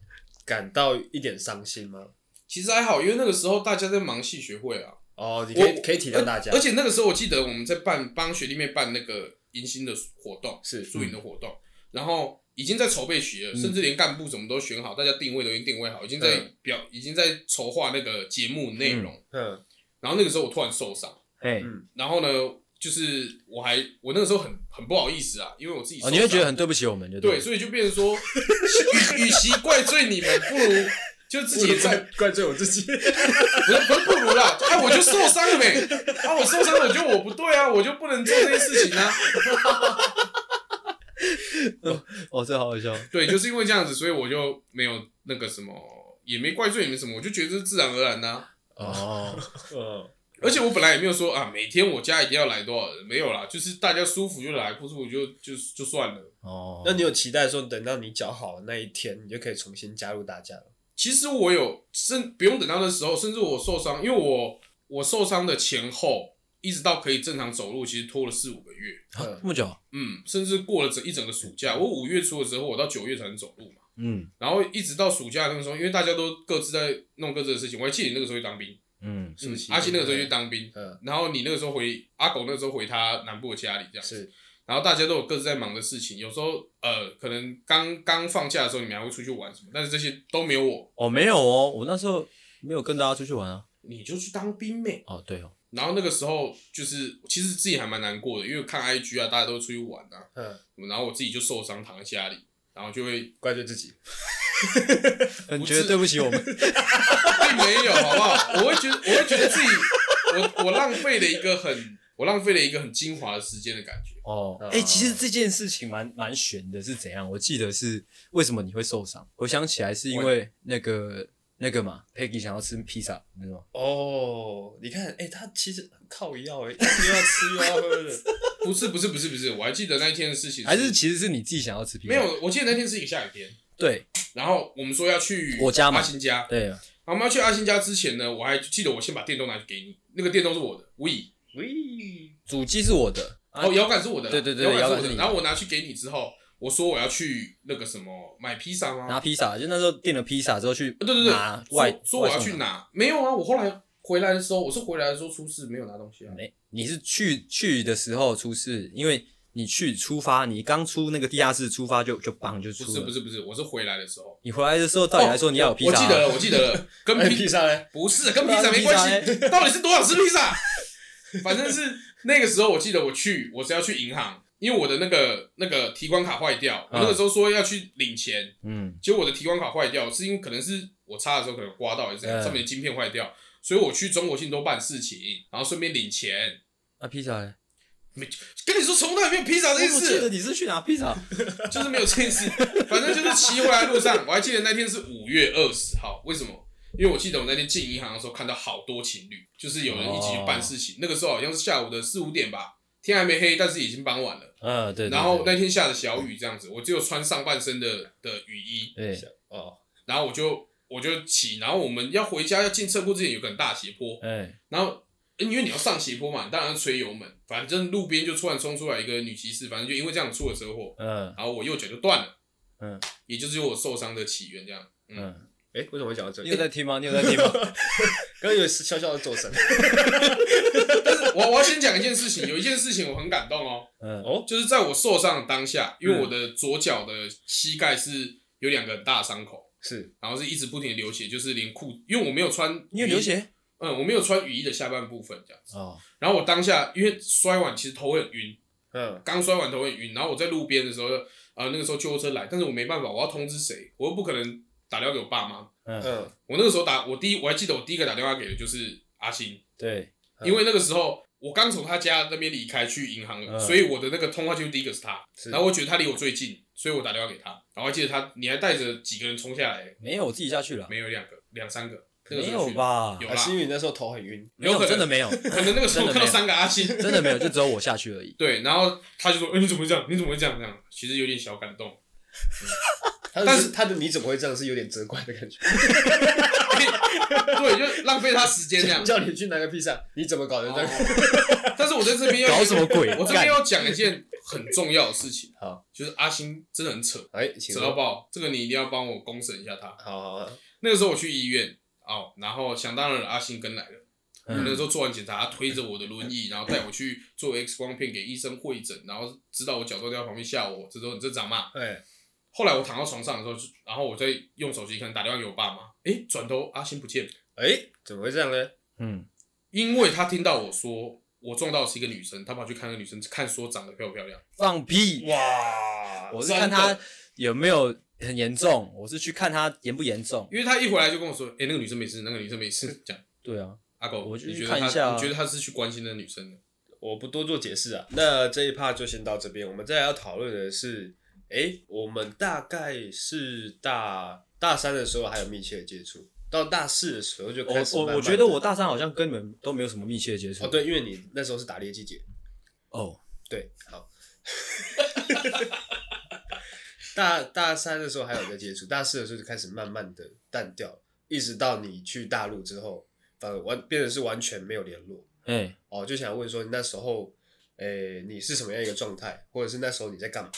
Speaker 2: 感到一点伤心吗？
Speaker 1: 其实还好，因为那个时候大家在忙系学会啊，
Speaker 2: 哦，你可以
Speaker 1: 我
Speaker 2: 可以体谅大家
Speaker 1: 而。而且那个时候我记得我们在办帮学弟妹办那个迎新的活动，
Speaker 2: 是
Speaker 1: 宿营的活动，然后已经在筹备学了，甚至连干部什么都选好，大家定位都已经定位好，已经在
Speaker 2: 嗯
Speaker 1: 表、已经在筹划那个节目内容。
Speaker 2: 嗯，
Speaker 1: 然后那个时候我突然受伤，
Speaker 3: 哎，
Speaker 2: 嗯
Speaker 1: 然后呢，就是我还我那个时候很很不好意思啊，因为我自己受
Speaker 3: 哦，
Speaker 1: 伤、
Speaker 3: 你会觉得很对不起我们，就
Speaker 1: 对，
Speaker 3: 了
Speaker 1: 所以就变成
Speaker 3: [LAUGHS]
Speaker 1: 说，与与其怪罪你们，不如就自己在
Speaker 2: [LAUGHS] 怪罪我
Speaker 1: [LAUGHS]
Speaker 2: 自己。
Speaker 1: 不是不是不如啦，哎、我就受伤了没？啊，我受伤了，我觉得我不对啊，我就不能做这些事情啊。
Speaker 3: 哦，这好好笑，
Speaker 1: 对，就是因为这样子，所以我就没有那个什么，也没怪罪你们什么，我就觉得是自然而然呐、啊
Speaker 3: 哦，
Speaker 2: 嗯，
Speaker 1: 而且我本来也没有说啊，每天我家一定要来多少人，没有啦，就是大家舒服就来，不舒服就就就算了。
Speaker 3: 哦，
Speaker 2: 那你有期待说等到你脚好的那一天，你就可以重新加入大家了？
Speaker 1: 其实我有甚不用等到那时候，甚至我受伤，因为我我受伤的前后，一直到可以正常走路，其实拖了四五个月。
Speaker 3: 啊这么久，
Speaker 1: 嗯，甚至过了整一整个暑假，我五月初的时候，我到九月才能走路嘛。
Speaker 3: 嗯
Speaker 1: 然后一直到暑假那个时候，因为大家都各自在弄各自的事情。我还记得你那个时候去当兵，
Speaker 3: 嗯，
Speaker 2: 暑期
Speaker 1: 阿信那个时候去当兵，
Speaker 2: 嗯，
Speaker 1: 然后你那个时候回阿狗那个时候回他南部的家里这样。
Speaker 2: 是。
Speaker 1: 然后大家都有各自在忙的事情，有时候呃，可能刚刚放假的时候，你们还会出去玩什么，但是这些都没有我，
Speaker 3: 哦，没有哦，我那时候没有跟大家出去玩啊，
Speaker 1: 你就去当兵呗。
Speaker 3: 哦，对哦，
Speaker 1: 然后那个时候就是，其实自己还蛮难过的，因为看 IG 啊，大家都出去玩啊，
Speaker 2: 嗯，
Speaker 1: 然后我自己就受伤躺在家里，然后就会
Speaker 2: 怪罪自己。
Speaker 3: 你
Speaker 1: 不
Speaker 3: 觉得
Speaker 1: 是
Speaker 3: 对不起我们，
Speaker 1: 并没有，好不好？我会觉得，我会觉得自己，我我浪费了一个很，我浪费了一个很精华的时间的感觉。
Speaker 3: 哦，
Speaker 2: 嗯
Speaker 3: 哎、其实这件事情蛮蛮悬的，是怎样？我记得是为什么你会受伤？我想起来是因为那个那个嘛，Peggy 想要吃披萨，你知道吗？
Speaker 2: 哦，你看，哎，他其实很靠腰哎，又要吃又要喝
Speaker 1: [LAUGHS]
Speaker 2: 的。
Speaker 1: 不是，不是，不是，不是，我还记得那一天的事情
Speaker 3: 还是其实是你自己想要吃披萨？
Speaker 1: 没，有，我记得那天是一个下雨天，
Speaker 3: 对
Speaker 1: 然后我们说要去
Speaker 3: 我家嘛
Speaker 1: 阿新家，
Speaker 3: 对，啊
Speaker 1: 然后我们要去阿新家之前呢，我还记得我先把电动拿去给你，那个电动是我的，无以，
Speaker 2: 喂，
Speaker 3: 主机是我的，啊
Speaker 1: 哦，摇杆是我的啦，
Speaker 3: 对对对
Speaker 1: 摇杆
Speaker 3: 摇杆
Speaker 1: 是
Speaker 3: 是
Speaker 1: 我的，
Speaker 3: 你的
Speaker 1: 然后我拿去给你之后，我说我要去那个什么买披萨吗？啊
Speaker 3: 拿披萨，就那时候订了披萨之后去
Speaker 1: 对对对
Speaker 3: 拿，外
Speaker 1: 说说我要
Speaker 3: 外送
Speaker 1: 去
Speaker 3: 的
Speaker 1: 拿，没有啊，我后来回来的时候，我是回来的时候出事没有拿东西啊。
Speaker 3: 没，哎你是去去的时候出事，因为你去出发，你刚出那个地下室出发就就棒就出
Speaker 1: 不
Speaker 3: 了。
Speaker 1: 是不是不是，我是回来的时候。
Speaker 3: 你回来的时候，照理来说你要有披萨、
Speaker 1: 我记得了，我记得
Speaker 3: [LAUGHS]
Speaker 1: 了，跟
Speaker 2: 哎，
Speaker 1: 披
Speaker 2: 披萨嘞？
Speaker 1: 不是跟披萨没关
Speaker 3: 哎
Speaker 1: 系，到底是多少吃披萨？反正是那个时候，我记得我去，我是要去银行，因为我的那个那个提款卡坏掉，我那个时候说要去领钱，
Speaker 3: 嗯，
Speaker 1: 结果我的提款卡坏掉，是因为可能是我插的时候可能刮到还是怎样，
Speaker 3: 嗯
Speaker 1: 上面的晶片坏掉，所以我去中国信托办事情，然后顺便领钱。
Speaker 3: 那披萨嘞？
Speaker 1: 跟你说，从来没有披萨这件
Speaker 3: 我记得
Speaker 1: 事，
Speaker 3: 你是去拿披萨，
Speaker 1: 就是没有这件事。反正就是骑回来路上，我还记得那天是五月二十号，为什么？因为我记得我那天进银行的时候看到好多情侣，就是有人一起去办事情。那个时候好像是下午的四五点吧，天还没黑，但是已经傍晚了。
Speaker 3: 嗯，对
Speaker 1: 然后那天下着小雨，这样子，我只有穿上半身的的雨衣，
Speaker 3: 对，
Speaker 2: 哦，
Speaker 1: 然后我就我就骑，然后我们要回家要进车库之前有个很大斜坡，
Speaker 3: 哎，
Speaker 1: 然后因为你要上斜坡嘛，你当然要吹油门，反正路边就突然冲出来一个女骑士，反正就因为这样出了车祸，
Speaker 3: 嗯
Speaker 1: 然后我右脚就断了，
Speaker 3: 嗯
Speaker 1: 也就是我受伤的起源这样，嗯
Speaker 3: 嗯，
Speaker 2: 哎、为什么会讲到这
Speaker 3: 你
Speaker 2: 里？
Speaker 3: 有在听吗？你有在听吗？
Speaker 2: [LAUGHS] 刚刚有小小的走神。
Speaker 1: 我我要先讲一件事情，有一件事情我很感动哦，
Speaker 3: [LAUGHS] 嗯，
Speaker 2: 哦，
Speaker 1: 就是在我受伤的当下，因为我的左脚的膝盖是有两个很大的伤口，
Speaker 2: 是
Speaker 1: 然后是一直不停的流血，就是连裤，因为我没有穿，
Speaker 3: 你有流，血？
Speaker 1: 嗯，我没有穿雨衣的下半部分这样子。
Speaker 3: 哦，
Speaker 1: 然后我当下因为摔完其实头会很晕，
Speaker 2: 嗯，
Speaker 1: 刚摔完头会很晕，然后我在路边的时候，呃，那个时候救护车来，但是我没办法，我要通知谁？我又不可能打电话给我爸妈。
Speaker 3: 嗯，
Speaker 2: 嗯，
Speaker 1: 我那个时候打，我第一我还记得我第一个打电话给的就是阿星，
Speaker 3: 对，
Speaker 2: 嗯
Speaker 1: 因为那个时候我刚从他家那边离开去银行了，
Speaker 3: 嗯
Speaker 1: 所以我的那个通话记录第一个是他，
Speaker 2: 是
Speaker 1: 然后我觉得他离我最近，所以我打电话给他，然后还记得他，你还带着几个人冲下来，
Speaker 3: 没有，我自己下去了，
Speaker 1: 没有两个，两三个，那个
Speaker 3: 没
Speaker 1: 时候
Speaker 3: 有
Speaker 1: 去？
Speaker 3: 吧？
Speaker 1: 有
Speaker 2: 还
Speaker 1: 啦
Speaker 2: 是，因为你那时候头很晕。
Speaker 3: 没有
Speaker 1: 有可能
Speaker 3: 真的没有，
Speaker 1: 可能那个时候
Speaker 3: 真
Speaker 1: 看
Speaker 3: 的没有
Speaker 1: 到三个阿信，
Speaker 3: 真的没有，就只有我下去 [LAUGHS] 而已。
Speaker 1: 对，然后他就说，哎、你怎么会这样？你怎么会这样？这样，其实有点小感动。
Speaker 2: 他
Speaker 1: 但
Speaker 2: 是
Speaker 1: 是
Speaker 2: 他的你怎么会这样是有点责怪的感觉，。
Speaker 1: 对，就浪费他时间这样
Speaker 3: [LAUGHS]
Speaker 2: 叫你去拿个披萨，你怎么搞的？
Speaker 1: 哦但是我在这边要
Speaker 3: 搞什么鬼
Speaker 1: 我这边要讲一件很重要的事情，
Speaker 2: 好，
Speaker 1: 就是阿星真的很扯，
Speaker 2: 哎，请
Speaker 1: 扯到
Speaker 2: 说。
Speaker 1: 爆，这个你一定要帮我公审一下他。
Speaker 2: 好好好，
Speaker 1: 那个时候我去医院哦，然后想当然了，阿信跟来了。
Speaker 3: 嗯
Speaker 1: 那个时候做完检查，他推着我的轮椅，然后带我去做 X 光片给医生会诊，然后知道我脚断掉，旁边吓我，这都很正常嘛。
Speaker 2: 哎，
Speaker 1: 后来我躺到床上的时候，就然后我再用手机看打电话给我爸妈，诶，转头阿信不见了，
Speaker 2: 哎，怎么会这样呢？
Speaker 3: 嗯，
Speaker 1: 因为他听到我说我撞到的是一个女生，他跑去看那个女生，看说长得漂不漂亮。
Speaker 3: 放屁！
Speaker 1: 哇
Speaker 3: 我是看他有没有很严重，我是去看他严不严重。
Speaker 1: 因为他一回来就跟我说，诶，那个女生没事，那个女生没事， [LAUGHS] 讲
Speaker 3: 对啊，
Speaker 1: 阿狗，
Speaker 3: 我就去
Speaker 1: 你觉得
Speaker 3: 看一
Speaker 1: 他，
Speaker 3: 下啊
Speaker 1: 你觉得他是去关心那个女生的？
Speaker 2: 我不多做解释啊。那这一趴就先到这边，我们再来要讨论的是，诶，我们大概是大大三的时候还有密切的接触，到大四的时候就
Speaker 3: 我
Speaker 2: 开始慢慢
Speaker 3: 我
Speaker 2: 地
Speaker 3: 我觉得我大三好像跟你们都没有什么密切的接触。
Speaker 2: 哦对，因为你那时候是打猎季节，
Speaker 3: 哦，
Speaker 2: 对，好。 [LAUGHS] 大大三的时候还有在接触，大四的时候就开始慢慢的淡掉，一直到你去大陆之后，反而完变成是完全没有联络。
Speaker 3: 哎，
Speaker 2: 哦，就想问说你那时候，诶、你是什么样一个状态，或者是那时候你在干嘛？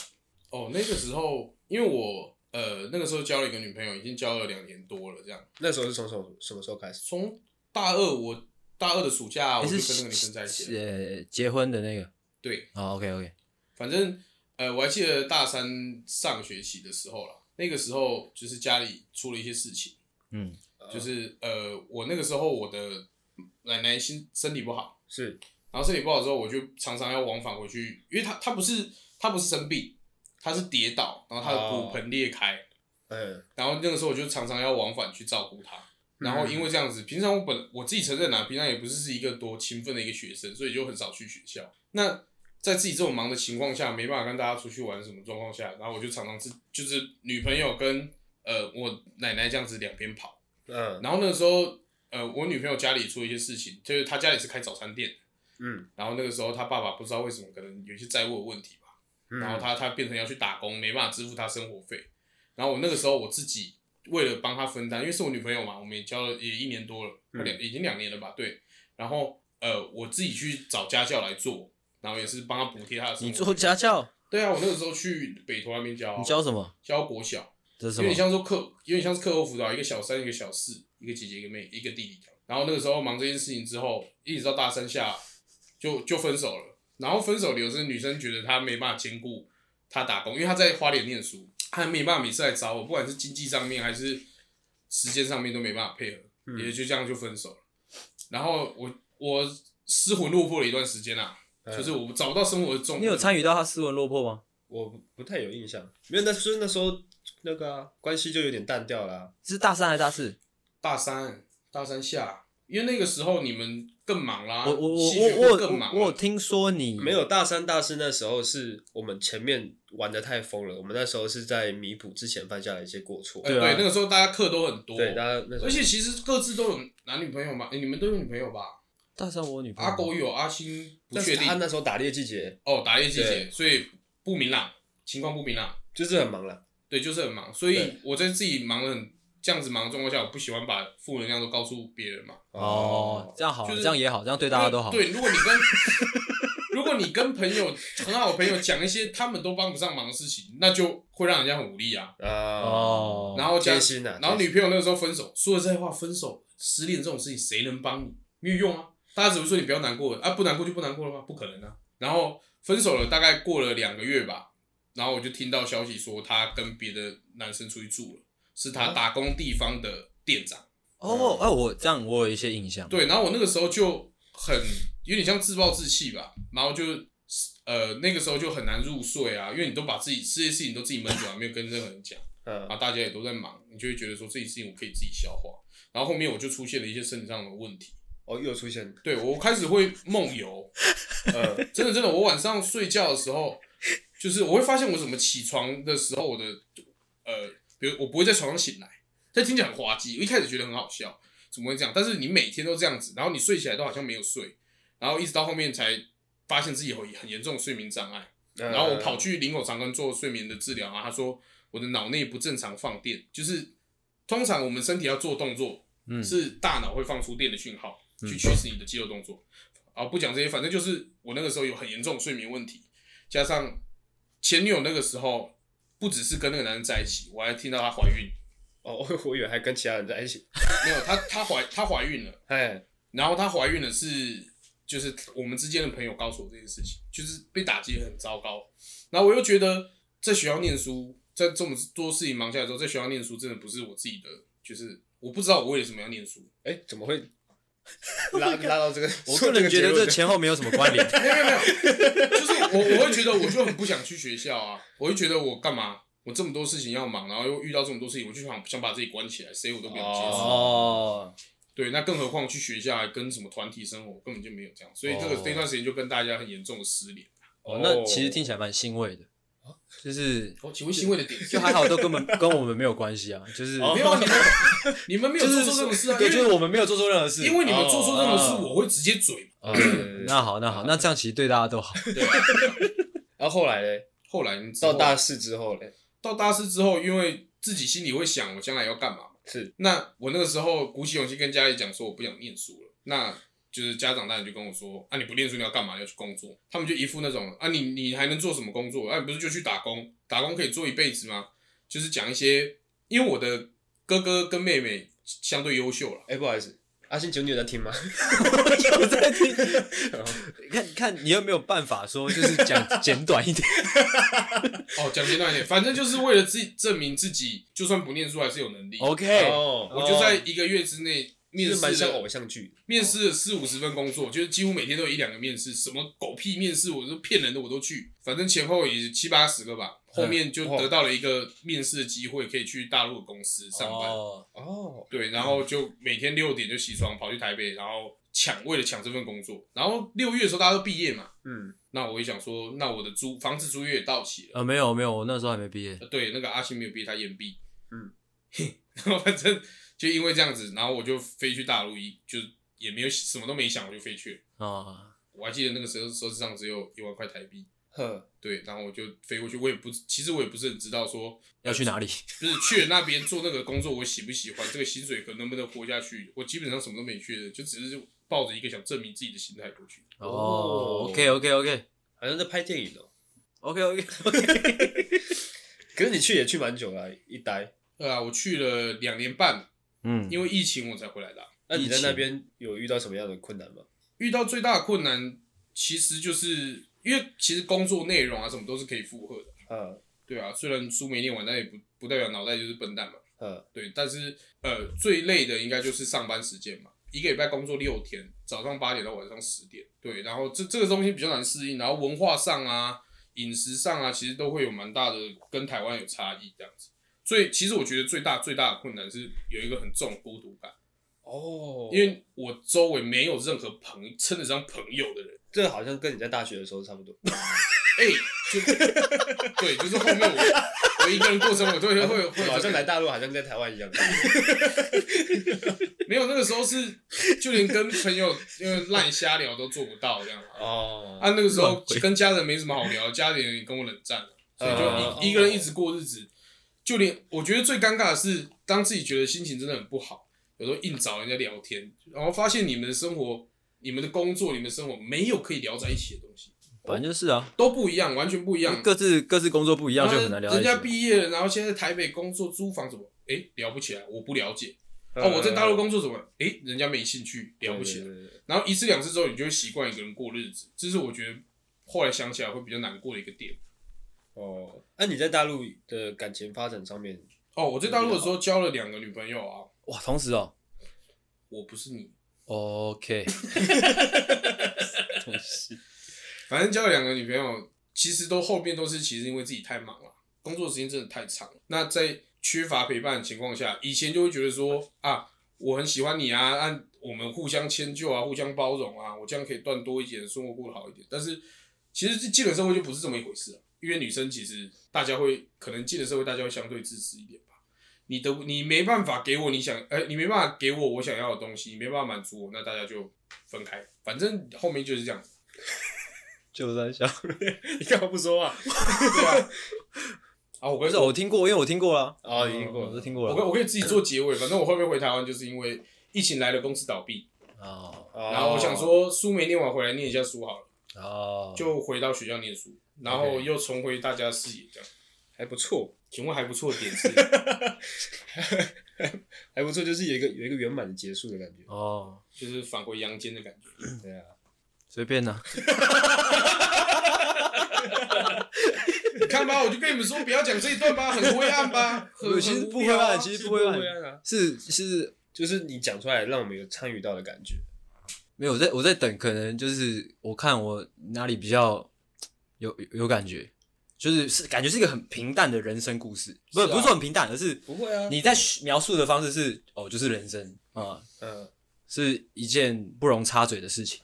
Speaker 1: 哦，那个时候因为我呃那个时候交了一个女朋友，已经交了两年多了，这样
Speaker 2: 那时候是从什么什么时候开始？
Speaker 1: 从大二我大二的暑假我
Speaker 3: 你
Speaker 1: 就跟
Speaker 3: 是
Speaker 1: 那个女生在一起了。
Speaker 3: 呃结婚的那个。
Speaker 1: 对，
Speaker 3: 哦，OK OK，
Speaker 1: 反正呃我还记得大三上学期的时候啦，那个时候就是家里出了一些事情，
Speaker 3: 嗯，
Speaker 2: 哦
Speaker 1: 就是呃我那个时候我的奶奶身身体不好，
Speaker 2: 是
Speaker 1: 然后身体不好之后，我就常常要往返回去，因为她她不是她不是生病，她是跌倒，然后她的骨盆裂开。
Speaker 2: 嗯
Speaker 1: 然后那个时候我就常常要往返去照顾他。然后因为这样子，平常我本我自己承认啊，平常也不是是一个多勤奋的一个学生，所以就很少去学校。那在自己这种忙的情况下，没办法跟大家出去玩什么状况下，然后我就常常是就是女朋友跟呃我奶奶这样子两边跑。
Speaker 2: 嗯
Speaker 1: 然后那个时候呃我女朋友家里出了一些事情，就是她家里是开早餐店的，
Speaker 2: 嗯，
Speaker 1: 然后那个时候她爸爸不知道为什么可能有一些债务的问题吧，
Speaker 2: 嗯
Speaker 1: 然后他他变成要去打工，没办法支付他生活费。然后我那个时候我自己为了帮他分担，因为是我女朋友嘛，我们也交了也一年多了，快
Speaker 3: 嗯
Speaker 1: 两、已经两年了吧？对。然后呃，我自己去找家教来做，然后也是帮他补贴他的生活。
Speaker 3: 你做家教，
Speaker 1: 对啊，我那个时候去北投那边教啊，
Speaker 3: 你教什么？
Speaker 1: 教国小，
Speaker 3: 这是
Speaker 1: 有点
Speaker 3: 什么？
Speaker 1: 像说课，有点像是课后辅导，一个小三，一个小四，一个姐姐，一个妹，一个弟弟。然后那个时候忙这件事情之后，一直到大三下就就分手了。然后分手理由是女生觉得她没办法兼顾她打工，因为她在花莲念书，她没办法每次来找我，不管是经济上面还是时间上面都没办法配合，
Speaker 2: 嗯
Speaker 1: 也就这样就分手了。然后我我失魂落魄了一段时间啊，
Speaker 2: 嗯
Speaker 1: 就是我找不到生活的重
Speaker 3: 你有参与到他斯文落魄吗？
Speaker 2: 我不不太有印象，没有，那是那时候那个、啊、关系就有点淡掉了啊、
Speaker 3: 是大三还是大四？
Speaker 1: 大三大三下，因为那个时候你们更忙啦，
Speaker 3: 我我我
Speaker 1: 啊戏剧会
Speaker 3: 我我
Speaker 1: 更忙
Speaker 3: 我
Speaker 1: 啦
Speaker 3: 我有听说你
Speaker 2: 没有大三大四那时候是我们前面玩的太疯了，我们那时候是在弥补之前犯下的一些过错。
Speaker 1: 呃
Speaker 3: 对啊
Speaker 1: 那个时候大家课都很多，
Speaker 2: 对，大家那时候
Speaker 1: 而且其实各自都有男女朋友嘛，诶哎你们都有女朋友吧？
Speaker 3: 大三我有女朋友
Speaker 1: 阿狗有，阿星不
Speaker 2: 但是
Speaker 1: 确定
Speaker 2: 他那时候打猎季节
Speaker 1: 哦，打猎季节，
Speaker 2: 对
Speaker 1: 所以不明朗，情况不明朗，
Speaker 2: 就是很忙了，
Speaker 1: 对，就是很忙，所以
Speaker 2: 对
Speaker 1: 我在自己忙得很这样子忙的状况下，我不喜欢把负能量都告诉别人嘛，
Speaker 3: 哦，这样好，
Speaker 1: 就是
Speaker 3: 这样也好，这样对大家都好。
Speaker 1: 因为对，如果你跟如果你跟朋友很好的朋友讲一些他们都帮不上忙的事情，那就会让人家很无力啊。
Speaker 2: 啊，
Speaker 3: 哦，
Speaker 1: 然后加
Speaker 2: 贴心啊，
Speaker 1: 然后
Speaker 2: 贴
Speaker 1: 女朋友那个时候分手，说实在话，分手失恋这种事情谁能帮你？没有用啊！大家只会说你不要难过啊，不难过就不难过了吗？不可能啊！然后分手了，大概过了两个月吧，然后我就听到消息说她跟别的男生出去住了，是
Speaker 2: 啊
Speaker 1: 她打工地方的店长。
Speaker 3: 哦，哎、我这样我有一些印象。，
Speaker 1: 对，然后我那个时候就很有点像自暴自弃吧，然后就呃那个时候就很难入睡啊，因为你都把自己这些事情都自己闷住啊了，没有跟任何人讲。
Speaker 2: 嗯
Speaker 1: 啊，大家也都在忙，你就会觉得说这些事情我可以自己消化。然后后面我就出现了一些身体上的问题，
Speaker 2: 哦，又出现，
Speaker 1: 对我开始会梦游，呃
Speaker 2: 嗯，
Speaker 1: 真的真的，我晚上睡觉的时候，就是我会发现我怎么起床的时候，我的呃，比如我不会在床上醒来，但听起来很滑稽，我一开始觉得很好笑，怎么会这样？但是你每天都这样子，然后你睡起来都好像没有睡，然后一直到后面才发现自己有很严重的睡眠障碍。然
Speaker 2: 嗯
Speaker 1: 后我跑去林口长庚做睡眠的治疗啊，他说我的脑内不正常放电，就是通常我们身体要做动作，
Speaker 3: 嗯
Speaker 1: 是大脑会放出电的讯号去驱使你的肌肉动作。啊，不讲这些，反正就是我那个时候有很严重的睡眠问题，加上前女友那个时候不只是跟那个男人在一起，我还听到她怀孕，
Speaker 2: 哦，我我以为还跟其他人在一起，
Speaker 1: 没有她她怀她怀孕了，
Speaker 2: 哎，
Speaker 1: 然后她怀孕了是就是我们之间的朋友告诉我这件事情，就是被打击得很糟糕。然后我又觉得在学校念书，在这么多事情忙下来之后，在学校念书真的不是我自己的，就是我不知道我为了什么要念书。
Speaker 2: 哎，怎么 [LAUGHS] 会拉拉到这个？
Speaker 3: 我个人觉得这前后没有什么关
Speaker 1: [LAUGHS]
Speaker 3: 联。
Speaker 1: 没有没有没有，就是我我会觉得我就很不想去学校啊，我会觉得我干嘛？我这么多事情要忙，然后又遇到这么多事情，我就想想把自己关起来，谁我都不想接触。
Speaker 3: 哦，
Speaker 1: 对，那更何况去学校还跟什么团体生活，根本就没有这样，所以这个、
Speaker 3: 哦
Speaker 1: 这段时间就跟大家很严重的失联。
Speaker 3: 哦，那其实听起来蛮欣慰的，
Speaker 1: 啊
Speaker 3: 就是
Speaker 1: 哦，请问欣慰
Speaker 3: [LAUGHS]
Speaker 1: 的点
Speaker 3: 就还好，都
Speaker 1: [LAUGHS]
Speaker 3: 根本跟我们没有关系啊，就是
Speaker 2: 哦
Speaker 1: 没有啊你们你们没 [LAUGHS] 有做
Speaker 3: 就是
Speaker 1: 错这种事啊，
Speaker 3: 对，
Speaker 1: 因
Speaker 3: 就是
Speaker 1: 为
Speaker 3: 我们没有做错任何事。
Speaker 1: 因为你们做错这种
Speaker 3: 哦
Speaker 1: 事，我会直接嘴嘛。
Speaker 2: 啊，对对对
Speaker 3: 那好，那好，那这样其实对大家都好。
Speaker 2: 然后后来嘞，
Speaker 1: 后来你知道
Speaker 2: 到大四之后嘞，
Speaker 1: 到大四之后，因为自己心里会想我将来要干嘛嘛。
Speaker 2: 是
Speaker 1: 那我那个时候鼓起勇气跟家里讲说我不想念书了，那就是家长当然就跟我说啊你不念书你要干嘛？你要去工作？他们就一副那种啊你你还能做什么工作？啊你不是就去打工？打工可以做一辈子吗？就是讲一些，因为我的哥哥跟妹妹相对优秀了，
Speaker 2: 哎，不好意思，阿信九，你有在听吗？
Speaker 3: 我在听，看看你有没有办法说，就是讲简短一点。
Speaker 1: 哦讲简短一点，反正就是为了自己证明自己，就算不念书还是有能力。
Speaker 3: [LAUGHS] OK，
Speaker 2: 哦
Speaker 1: 我就在一个月之内面
Speaker 2: 是蛮
Speaker 1: 试
Speaker 2: 像
Speaker 1: 了
Speaker 2: 偶像剧，
Speaker 1: 面试了四五十份工作，就是几乎每天都有一两个面试，什么狗屁面试，我都骗人的我都去，反正前后也七八十个吧。
Speaker 2: 嗯
Speaker 1: 后面
Speaker 2: 哦
Speaker 1: 就得到了一个面试的机会，可以去大陆的公司上班。
Speaker 3: 哦，
Speaker 2: 哦，
Speaker 1: 对，然后就每天六点就起床跑去台北，然后抢为了抢这份工作。然后六月的时候大家都毕业嘛，
Speaker 2: 嗯，
Speaker 1: 那我也想说，那我的租房子租约也到期了。
Speaker 3: 呃，没有没有，我那时候还没毕业。
Speaker 1: 呃对，那个阿信没有毕业，他延毕。
Speaker 2: 嗯，
Speaker 1: [LAUGHS] 然后反正就因为这样子，然后我就飞去大陆一，就也没有什么都没想，我就飞去了。
Speaker 3: 啊，
Speaker 1: 我还记得那个时候手指上只有一万块台币，
Speaker 2: 呵，
Speaker 1: 对，然后我就飞过去，我也不，其实我也不是很知道说，
Speaker 3: 要去哪里？
Speaker 1: 就是去了那边做那个工作，我喜不喜欢，这个薪水可能不能活下去，我基本上什么都没去的，就只是抱着一个想证明自己的心态过去。
Speaker 2: 哦
Speaker 3: 哦，OK OK OK
Speaker 2: 好像在拍电影哦。
Speaker 3: OK OK，
Speaker 2: 可是你去也去蛮久了啊，一待。
Speaker 1: 对啊，我去了两年半，
Speaker 3: 嗯，
Speaker 1: 因为疫情我才回来的啊、
Speaker 2: 那你在
Speaker 3: 疫情
Speaker 2: 那边有遇到什么样的困难吗？
Speaker 1: 遇到最大的困难，其实就是因为其实工作内容啊什么都是可以负荷的，
Speaker 2: 呃
Speaker 1: 对啊，虽然书没念完，但也不不代表脑袋就是笨蛋嘛。
Speaker 2: 呃，
Speaker 1: 对，但是呃，最累的应该就是上班时间嘛，一个礼拜工作六天，早上八点到晚上十点。对，然后这这个东西比较难适应，然后文化上啊、饮食上啊，其实都会有蛮大的跟台湾有差异这样子。所以其实我觉得最大最大的困难是有一个很重的孤独感，
Speaker 2: 哦
Speaker 1: 因为我周围没有任何朋称得上朋友的人。
Speaker 2: 这好像跟你在大学的时候差不多。
Speaker 1: 哎、就 [LAUGHS] 对，就是后面我我一个人过生活，对，会会会
Speaker 2: 好像来大陆，好像在台湾一样。
Speaker 1: 没有那个时候是就连跟朋友因为烂瞎聊都做不到这样。
Speaker 2: 哦
Speaker 1: 啊，那个时
Speaker 3: 乱
Speaker 1: 候
Speaker 3: 回
Speaker 1: 跟家人没什么好聊，家里人也跟我冷战了，所以
Speaker 2: 呃
Speaker 1: 就一一个人一直过日子。就连我觉得最尴尬的是，当自己觉得心情真的很不好，有时候硬找人家聊天，然后发现你们的生活、你们的工作、你们的生活没有可以聊在一起的东西。
Speaker 3: 反正就是啊，
Speaker 1: 都不一样，完全不一样。
Speaker 3: 各自各自工作不一样，就很难聊在
Speaker 1: 人
Speaker 3: 一起。
Speaker 1: 家毕业了，然后现在台北工作租房什么，哎、聊不起来，我不了解。
Speaker 3: 嗯
Speaker 1: 哦，我在大陆工作什么，哎、人家没兴趣，聊不起来。
Speaker 2: 对。对对对
Speaker 1: 然后一次两次之后，你就会习惯一个人过日子，这是我觉得后来想起来会比较难过的一个点。
Speaker 2: 哦，那你在大陆的感情发展上面，
Speaker 1: 哦，我在大陆的时候交了两个女朋友啊，
Speaker 3: 哇，同时哦
Speaker 1: 我不是你，
Speaker 3: [LAUGHS] ，OK，
Speaker 1: 反正交了两个女朋友，其实都后面都是其实因为自己太忙了，工作时间真的太长。那在缺乏陪伴的情况下，以前就会觉得说啊，我很喜欢你啊，啊，我们互相迁就啊，互相包容啊，我这样可以赚多一点，生活过得好一点。但是其实进了社会就不是这么一回事了、啊因为女生其实大家会可能进了社会，大家会相对自私一点吧。你的你没办法给我你想，哎、你没办法给我我想要的东西，你没办法满足我，那大家就分开。反正后面就是这样子。
Speaker 3: 就在想，
Speaker 2: [LAUGHS] 你干嘛不说话？
Speaker 1: 对啊。 [LAUGHS] 啊，我
Speaker 3: 不
Speaker 1: 跟
Speaker 3: 是我听过，因为我听过啦，
Speaker 2: 哦，已经过
Speaker 3: 我
Speaker 2: 了
Speaker 3: 都。听过
Speaker 1: 我可
Speaker 3: 了。
Speaker 1: 以我可以自己做结尾，反正我后面回台湾就是因为疫情来了，公司倒闭，
Speaker 3: 哦
Speaker 2: 然
Speaker 1: 然后我想，说书没念完，回来念一下书好了，
Speaker 3: 哦，
Speaker 1: 就回到学校念书，然后又重回大家视野这样。
Speaker 2: 还不错，
Speaker 1: 请问还不错的
Speaker 3: [LAUGHS]
Speaker 1: 点是？
Speaker 2: 还不错，就是有一个有一个圆满的结束的感觉。
Speaker 3: 哦，
Speaker 1: 就是返回阳间的感觉。
Speaker 2: 对啊，
Speaker 3: 随便啦，
Speaker 1: 你看吧，我就跟你们说，不要讲这一段吧，很灰暗
Speaker 3: [LAUGHS]
Speaker 1: 吧，很
Speaker 3: 其实
Speaker 1: 很
Speaker 3: 不
Speaker 1: 无
Speaker 3: 会
Speaker 1: 聊啊
Speaker 3: 吧，其实不会吧，
Speaker 2: 啊，
Speaker 3: 是是
Speaker 2: 就是你讲出来，让我们有参与到的感觉。
Speaker 3: 没有我在我在等，可能就是我看我哪里比较有有有感觉，就是是感觉是一个很平淡的人生故事，不是
Speaker 2: 是啊
Speaker 3: 不是说很平淡，而是
Speaker 2: 不会啊，
Speaker 3: 你在描述的方式是哦，就是人生啊，
Speaker 2: 嗯
Speaker 3: 是一件不容插嘴的事情。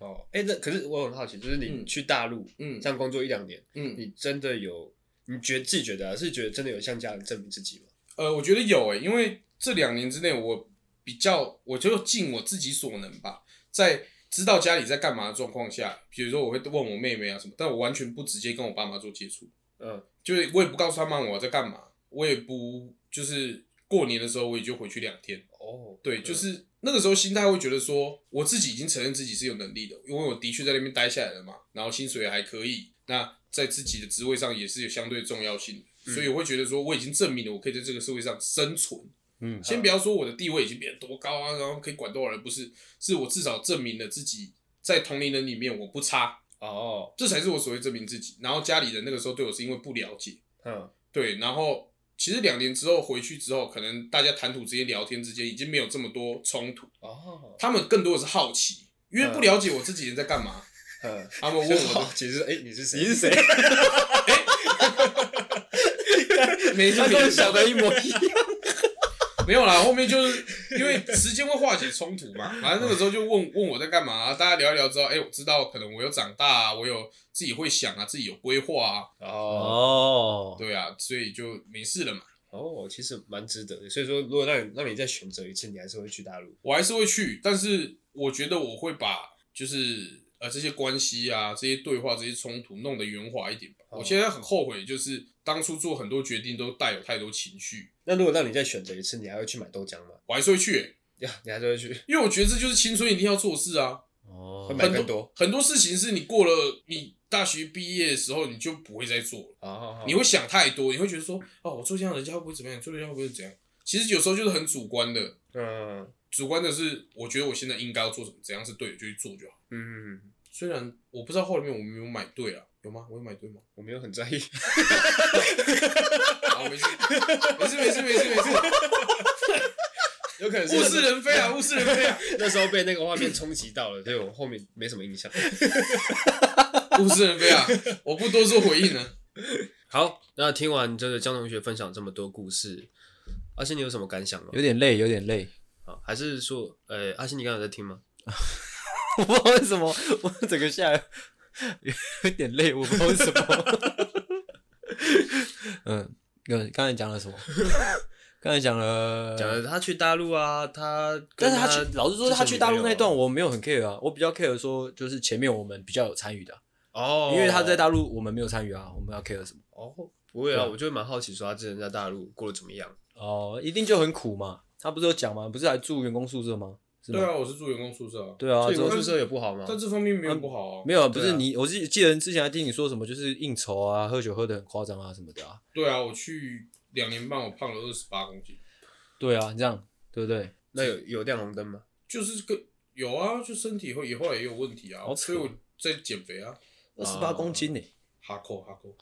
Speaker 2: 哦，哎，那可是我很好奇，就是你
Speaker 1: 嗯
Speaker 2: 去大陆
Speaker 1: 嗯
Speaker 2: 这样工作一两年，
Speaker 1: 嗯，
Speaker 2: 你真的有，你觉得自己觉得啊，是觉得真的有向家人证明自己吗？
Speaker 1: 呃，我觉得有诶、因为这两年之内，我比较，我就尽我自己所能吧，在知道家里在干嘛的状况下，比如说我会问我妹妹啊什么，但我完全不直接跟我爸妈做接触，
Speaker 2: 嗯，
Speaker 1: 就是我也不告诉他们我在干嘛，我也不就是过年的时候我也就回去两天，
Speaker 2: 哦，
Speaker 1: 对，就是那个时候心态会觉得说，我自己已经承认自己是有能力的，因为我的确在那边待下来了嘛，然后薪水也还可以，那在自己的职位上也是有相对重要性的，所以我会觉得说，我已经证明了我可以在这个社会上生存。
Speaker 3: 嗯
Speaker 1: 先不要说我的地位已经变得多高啊，然后可以管多少人，不是，是我至少证明了自己在同龄人里面我不差，
Speaker 2: 哦，
Speaker 1: 这才是我所谓证明自己。然后家里人那个时候对我是因为不了解，
Speaker 2: 嗯，
Speaker 1: 对，然后其实两年之后回去之后，可能大家谈吐之间、聊天之间已经没有这么多冲突，
Speaker 2: 哦，
Speaker 1: 他们更多的是好奇，因为不了解我这几年在干嘛，
Speaker 2: 嗯，
Speaker 1: 他们问
Speaker 2: 我 [LAUGHS] 好
Speaker 1: 我
Speaker 2: 奇是，哎，你是谁？？
Speaker 3: [LAUGHS] 谁？
Speaker 1: 的，没事
Speaker 3: 他跟
Speaker 1: 没
Speaker 3: 我
Speaker 1: 事
Speaker 3: 想，的一模一样。
Speaker 1: 没有啦。后面就是因为时间会化解冲突嘛，反正那个时候就问问我在干嘛、大家聊一聊之后，哎、我知道可能我有长大、啊，我有自己会想啊，自己有规划啊，
Speaker 2: 哦
Speaker 3: [LAUGHS] 哦，
Speaker 1: 对啊，所以就没事了嘛。
Speaker 2: 哦，其实蛮值得的。所以说，如果让你让你再选择一次，你还是会去大陆。
Speaker 1: 我还是会去，但是我觉得我会把就是呃这些关系啊、这些对话、这些冲突弄得圆滑一点吧。
Speaker 2: 哦
Speaker 1: 我现在很后悔，就是当初做很多决定都带有太多情绪，
Speaker 2: 那如果让你再选择一次，你还会去买豆浆吗？
Speaker 1: 我还是会去欸、
Speaker 2: 呀，你还是会去，
Speaker 1: 因为我觉得这就是青春一定要做的事啊。
Speaker 3: 哦
Speaker 2: 会买
Speaker 1: 很
Speaker 2: 更
Speaker 1: 多
Speaker 2: 多。
Speaker 1: 很多事情是你过了你大学毕业的时候，你就不会再做了。
Speaker 2: 哦，
Speaker 1: 你会想太多，你会觉得说，哦，我做这样人家会不会怎么样？做这样会不会怎样？其实有时候就是很主观的，
Speaker 2: 嗯
Speaker 1: 主观的是，我觉得我现在应该要做什么，怎样是对的就去做就好。
Speaker 2: 嗯，
Speaker 1: 虽然我不知道后面我没有买对啊，有吗？我有买对
Speaker 2: [LAUGHS]
Speaker 1: 吗？
Speaker 2: 我没有很在意。
Speaker 1: 好，没事，没事，没事，没事，没
Speaker 2: [LAUGHS]
Speaker 1: 事，
Speaker 2: 有可能
Speaker 1: 物是人非啊，物是人非
Speaker 2: [LAUGHS]
Speaker 1: 啊，
Speaker 2: 那时候被那个画面冲击到了，所以我后面没什么印象。
Speaker 1: 物是人非啊，我不多做回应啊了。
Speaker 2: 好，那听完这个江同学分享这么多故事，阿信你有什么感想吗
Speaker 3: 有？点累，有点累。
Speaker 2: 啊，还是说，呃，阿信你刚才有在听吗？
Speaker 3: 我不知道为什么，我整个下来有点累，我不知道为什么。嗯，嗯，刚才讲了什么？刚才讲了，
Speaker 2: 讲了他去大陆啊，他跟
Speaker 3: 但是他去，老实说，他去大陆那段
Speaker 2: 之前女朋友
Speaker 3: 我没有很 care 啊，我比较 care 说就是前面我们比较有参与的啊，
Speaker 2: 哦，
Speaker 3: 因为他在大陆我们没有参与啊，我们要 care 什么？
Speaker 2: 哦，不会啊，
Speaker 3: 对啊
Speaker 2: 我就蛮好奇说他之前在大陆过得怎么样。
Speaker 3: 哦，一定就很苦嘛。他不是有讲吗？不是还住员工宿舍吗？是
Speaker 1: 对
Speaker 3: 吗？
Speaker 1: 啊，我是住员工宿舍啊，
Speaker 3: 对啊，
Speaker 2: 所以
Speaker 3: 这
Speaker 2: 公宿舍有不好吗？
Speaker 1: 但这方面没有不好啊。
Speaker 3: 没有啊，不
Speaker 2: 对
Speaker 3: 是
Speaker 2: 啊
Speaker 3: 你，我是记得之前还听你说什么，就是应酬啊，喝酒喝的很夸张啊什么的啊。
Speaker 1: 对啊，我去两年半，我胖了二十八公斤，
Speaker 3: 对啊，你这样对不对？
Speaker 2: 那有有亮红灯吗？
Speaker 1: 就是个有啊，就身体会也后来也有问题啊
Speaker 3: 好，扯
Speaker 1: 所以我在减肥啊，
Speaker 3: 二十八公斤呢、欸
Speaker 1: 哈扣哈扣。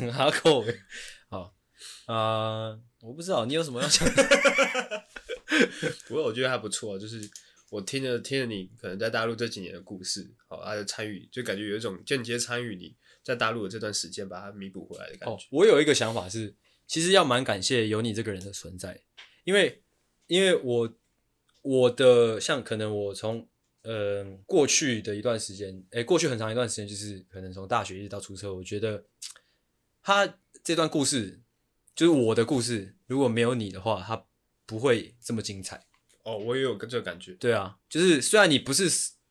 Speaker 3: 很 [LAUGHS] 哈扣欸。 [LAUGHS] 好，啊、我不知道你有什么要讲 [LAUGHS] 的。
Speaker 2: 不过我觉得还不错，啊就是我听着听着你可能在大陆这几年的故事，好，还有参与，就感觉有一种间接参与你在大陆的这段时间，把它弥补回来的感
Speaker 3: 哦
Speaker 2: 觉。，
Speaker 3: 我有一个想法是，其实要蛮感谢有你这个人的存在，因为因为我我的像可能我从呃过去的一段时间，诶、过去很长一段时间，就是可能从大学一直到出社会，我觉得他这段故事就是我的故事，如果没有你的话，他不会这么精彩。
Speaker 2: 哦，我也有跟这个感觉，
Speaker 3: 对啊，就是虽然你不是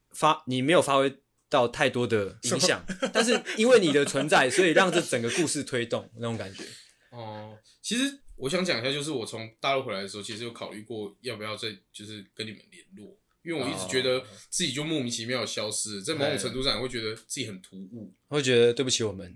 Speaker 3: 发，你没有发挥到太多的影响，但是因为你的存在，所以让这整个故事推动那种感觉。
Speaker 1: 哦、 [LAUGHS] 其实我想讲一下，就是我从大陆回来的时候，其实有考虑过要不要再就是跟你们联络，因为我一直觉
Speaker 3: 哦
Speaker 1: 得自己就莫名其妙地消失了，在某种程度上也会觉得自己很突兀，
Speaker 3: 会觉得对不起我们，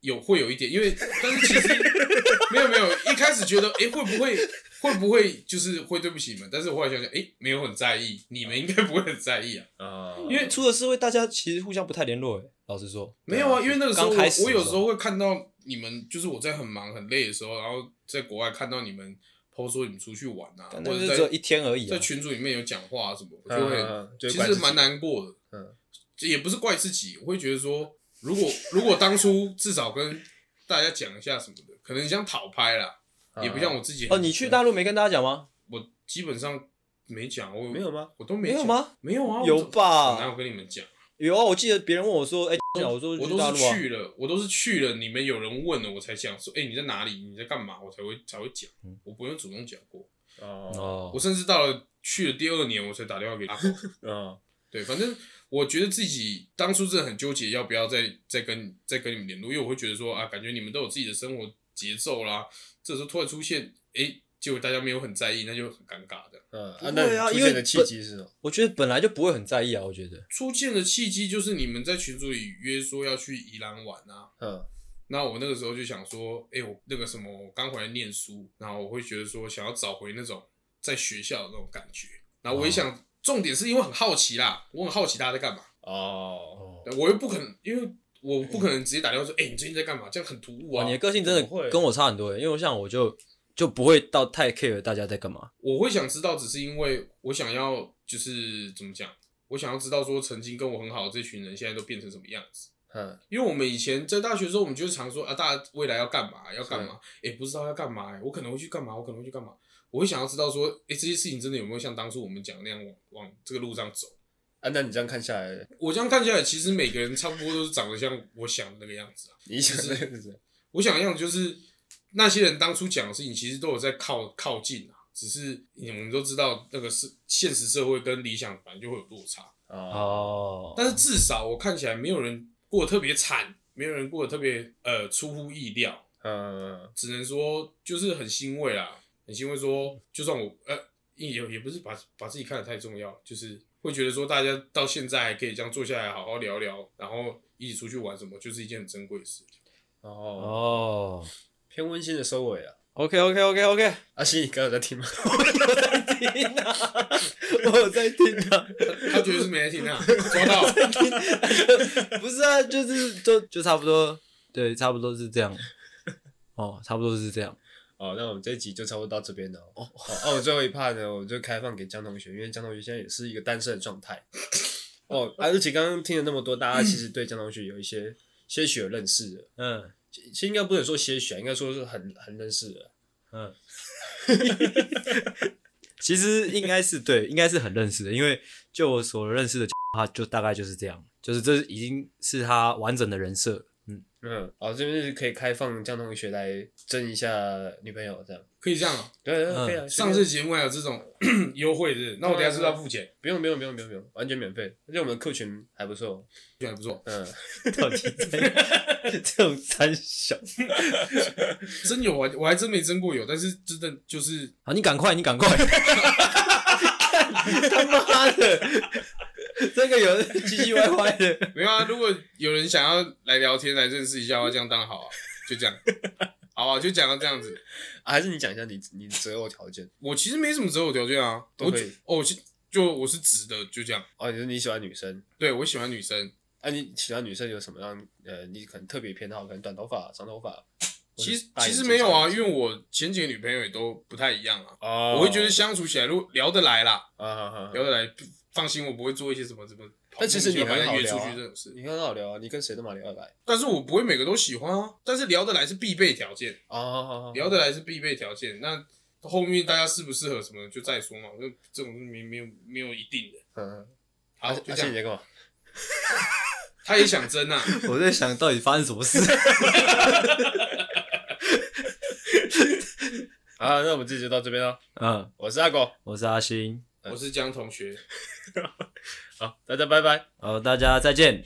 Speaker 1: 有会有一点，因为但是其实 [LAUGHS] 没有没有，一开始觉得诶会不会会不会就是会对不起你们，但是我后来想想，诶没有很在意，你们应该不会很在意啊，
Speaker 2: 啊，
Speaker 1: 因为
Speaker 3: 出了社会，大家其实互相不太联络。诶，老实说，
Speaker 1: 没有啊，因为那个时候
Speaker 3: 刚
Speaker 1: 我
Speaker 3: 开始
Speaker 1: 我
Speaker 3: 的时
Speaker 1: 有
Speaker 3: 候
Speaker 1: 时候会看到你们，就是我在很忙很累的时候，然后在国外看到你们。抛说你们出去玩啊，
Speaker 3: 但
Speaker 1: 或
Speaker 3: 那
Speaker 1: 者
Speaker 3: 是
Speaker 1: 在
Speaker 3: 只有一天而已、
Speaker 1: 在
Speaker 3: 啊。
Speaker 1: 群组里面有讲话啊什么，我就会、
Speaker 2: 嗯就
Speaker 1: 其
Speaker 2: 怪
Speaker 1: 实
Speaker 2: 自己
Speaker 1: 蛮难过的。
Speaker 2: 嗯，
Speaker 1: 也不是怪自己，我会觉得说，如果如果当初至少跟大家讲一下什么的，可能像讨拍啦，
Speaker 2: 啊
Speaker 1: 也不像我自己很
Speaker 3: 哦，你去大陆没跟大家讲吗？
Speaker 1: 我基本上没讲，我
Speaker 2: 没有吗？
Speaker 1: 我都
Speaker 3: 没
Speaker 1: 讲
Speaker 3: 有？吗？
Speaker 1: 没有啊，
Speaker 3: 有
Speaker 1: 我
Speaker 3: 吧
Speaker 1: 我哪有跟你们讲？
Speaker 3: 有啊，我记得别人问我说：“哎、我说
Speaker 1: 我
Speaker 3: 去大
Speaker 1: 都
Speaker 3: 陆
Speaker 1: 是
Speaker 3: 啊。
Speaker 1: 去了，我都是去了，你们有人问了，我才讲说，哎、你在哪里？你在干嘛？我才会才会讲，我不用主动讲过。
Speaker 2: 哦
Speaker 3: 嗯哦
Speaker 1: 我，甚至到了去了第二年，我才打电话给他。
Speaker 2: 哦，
Speaker 1: 对，反正我觉得自己当初真的很纠结，要不要再再跟再跟你们联络，因为我会觉得说啊，感觉你们都有自己的生活节奏啦，这时候突然出现，诶，结果大家没有很在意，那就很尴尬的。
Speaker 2: 嗯，
Speaker 3: 不会啊
Speaker 2: 啊，那你
Speaker 3: 因
Speaker 2: 出
Speaker 3: 为
Speaker 2: 现的契机是什么？
Speaker 3: 我觉得本来就不会很在意啊，我觉得。
Speaker 1: 出现的契机就是你们在群组里约说要去宜兰玩啊，
Speaker 2: 嗯，
Speaker 1: 那我那个时候就想说，哎、我那个什么，我刚回来念书，然后我会觉得说，想要找回那种在学校的那种感觉。然后我也
Speaker 3: 哦
Speaker 1: 想，重点是因为很好奇啦，我很好奇大家在干嘛。
Speaker 2: 哦，
Speaker 3: 哦，
Speaker 1: 我又不可能，因为我不可能直接打电话说，哎、你最近在干嘛？这样很突兀
Speaker 3: 哇，
Speaker 1: 啊
Speaker 3: 哦你。的个性真
Speaker 2: 怎么
Speaker 3: 的
Speaker 2: 会
Speaker 3: 跟我差很多欸诶，因为像我就就不会到太 care 大家在干嘛。
Speaker 1: 我会想知道，只是因为我想要，就是怎么讲，我想要知道说，曾经跟我很好的这群人，现在都变成什么样子。
Speaker 2: 嗯，
Speaker 1: 因为我们以前在大学的时候，我们就是常说啊，大家未来要干嘛，要干嘛，也、不知道要干嘛、欸诶我可能会去干嘛，我可能会去干嘛。我会想要知道说，哎、这些事情真的有没有像当初我们讲的那样往往这个路上走？
Speaker 2: 啊，那你这样看下来，
Speaker 1: 我这样看下来，其实每个人差不多都是长得像我想的那个样子啊。
Speaker 2: 你想的是什么
Speaker 1: 我想要就是那些人当初讲的事情，其实都有在靠靠近啊，只是你我们都知道那个是现实社会跟理想本来就会有落差，
Speaker 2: 哦，
Speaker 3: 哦，
Speaker 1: 但是至少我看起来没有人过得特别惨，没有人过得特别呃出乎意料，
Speaker 2: 嗯，
Speaker 1: 只能说就是很欣慰啦，很欣慰说就算我呃也也不是把把自己看得太重要，就是。会觉得说大家到现在还可以这样坐下来好好聊聊，然后一起出去玩什么，就是一件很珍贵的事。
Speaker 2: 哦，
Speaker 3: 哦
Speaker 2: 偏温馨的收尾啊。
Speaker 3: ，OK OK OK OK，
Speaker 2: 阿信，你刚刚有在听吗？
Speaker 3: 听啊， [LAUGHS] 我有在听啊，
Speaker 1: 他觉得是没在听啊，抓到。
Speaker 3: 不是啊，就是就就差不多，对，差不多是这 [LAUGHS] 样，哦，差不多是这样，
Speaker 2: 哦，那我们这一集就差不多到这边了。哦，好，那我最后一 part 呢，我就开放给江同学，因为江同学现在也是一个单身的状态。哦，啊而且刚刚听了那么多，大家其实对江同学有一些些许的认识了。
Speaker 3: 嗯
Speaker 2: 其其实应该不能说些许啊，应该说是很很认识了。
Speaker 3: 嗯， [LAUGHS] 其实应该是对，应该是很认识的，因为就我所认识的，他就大概就是这样，就是这已经是他完整的人设了，嗯，
Speaker 2: 嗯，哦，这边是可以开放江同学来争一下女朋友，这样。
Speaker 1: 可以这样啊。
Speaker 2: 对对，对可以啊。
Speaker 1: 上次节目还有这种 [CLEARS THROAT] 优惠日，那我等一下是不是要付钱？
Speaker 2: 不用不用不用不用不用，完全免费，而且我们的客群还不错。
Speaker 1: 觉得还不错，
Speaker 2: 嗯，
Speaker 3: 到底在 [LAUGHS] 这种三小
Speaker 1: 真有啊，我还真没争过有，但是真的就是
Speaker 3: [LAUGHS] 啊，你赶快，你赶快，他妈的，这个有人唧唧歪歪的，
Speaker 1: 没有啊，如果有人想要来聊天来认识一下的话，这样当然好啊，就这样，好啊，就讲到这样子。
Speaker 2: 啊还是你讲一下你你择偶条件
Speaker 1: 我其实没什么择偶条件啊，
Speaker 2: 都
Speaker 1: 我
Speaker 2: 可
Speaker 1: 就
Speaker 2: 以
Speaker 1: 哦，我其就我是直的，就这样。
Speaker 2: 哦？你说你喜欢女生，
Speaker 1: 对我喜欢女生，
Speaker 2: 啊，你喜欢女生有什么样？呃，你可能特别偏好，可能短头发、长头发。
Speaker 1: 其实
Speaker 2: 或者大
Speaker 1: 其
Speaker 2: 眼
Speaker 1: 实
Speaker 2: 睛
Speaker 1: 没有啊，
Speaker 2: 小
Speaker 1: 因
Speaker 2: 眼
Speaker 1: 为
Speaker 2: 睛
Speaker 1: 我前几个女朋友也都不太一样啊。
Speaker 2: 哦，
Speaker 1: 我会觉得相处起来，如果聊得来啦，
Speaker 2: 啊哈哈，
Speaker 1: 聊得来，放心，我不会做一些什么什么跑步。
Speaker 2: 但其实你
Speaker 1: 把
Speaker 2: 很
Speaker 1: 人
Speaker 2: 好
Speaker 1: 约
Speaker 2: 聊
Speaker 1: 出
Speaker 2: 啊
Speaker 1: 去这种事，
Speaker 2: 你很好聊啊，你跟谁都蛮聊得来。
Speaker 1: 但是我不会每个都喜欢啊。但是聊得来是必备条件，
Speaker 2: 哦好，好好
Speaker 1: 聊得来是必备条件。那后面大家适不适合什么就再说嘛，就这种是没没有没有一定的。
Speaker 2: 嗯，嗯
Speaker 1: 好，
Speaker 2: 啊
Speaker 1: 就
Speaker 2: 啊
Speaker 1: 这
Speaker 2: 现在你
Speaker 1: 样。
Speaker 2: 在干嘛？
Speaker 1: 他也想
Speaker 2: [LAUGHS]
Speaker 1: 争啊，
Speaker 3: 我在想到底发生什 [LAUGHS] 么事。
Speaker 2: 啊，那我们这集就到这边了。
Speaker 3: 嗯，
Speaker 2: 我是阿狗，
Speaker 3: 我是阿星，
Speaker 2: 嗯
Speaker 1: 我是江同学。
Speaker 2: 好，大家拜拜。
Speaker 3: 呃，大家再见。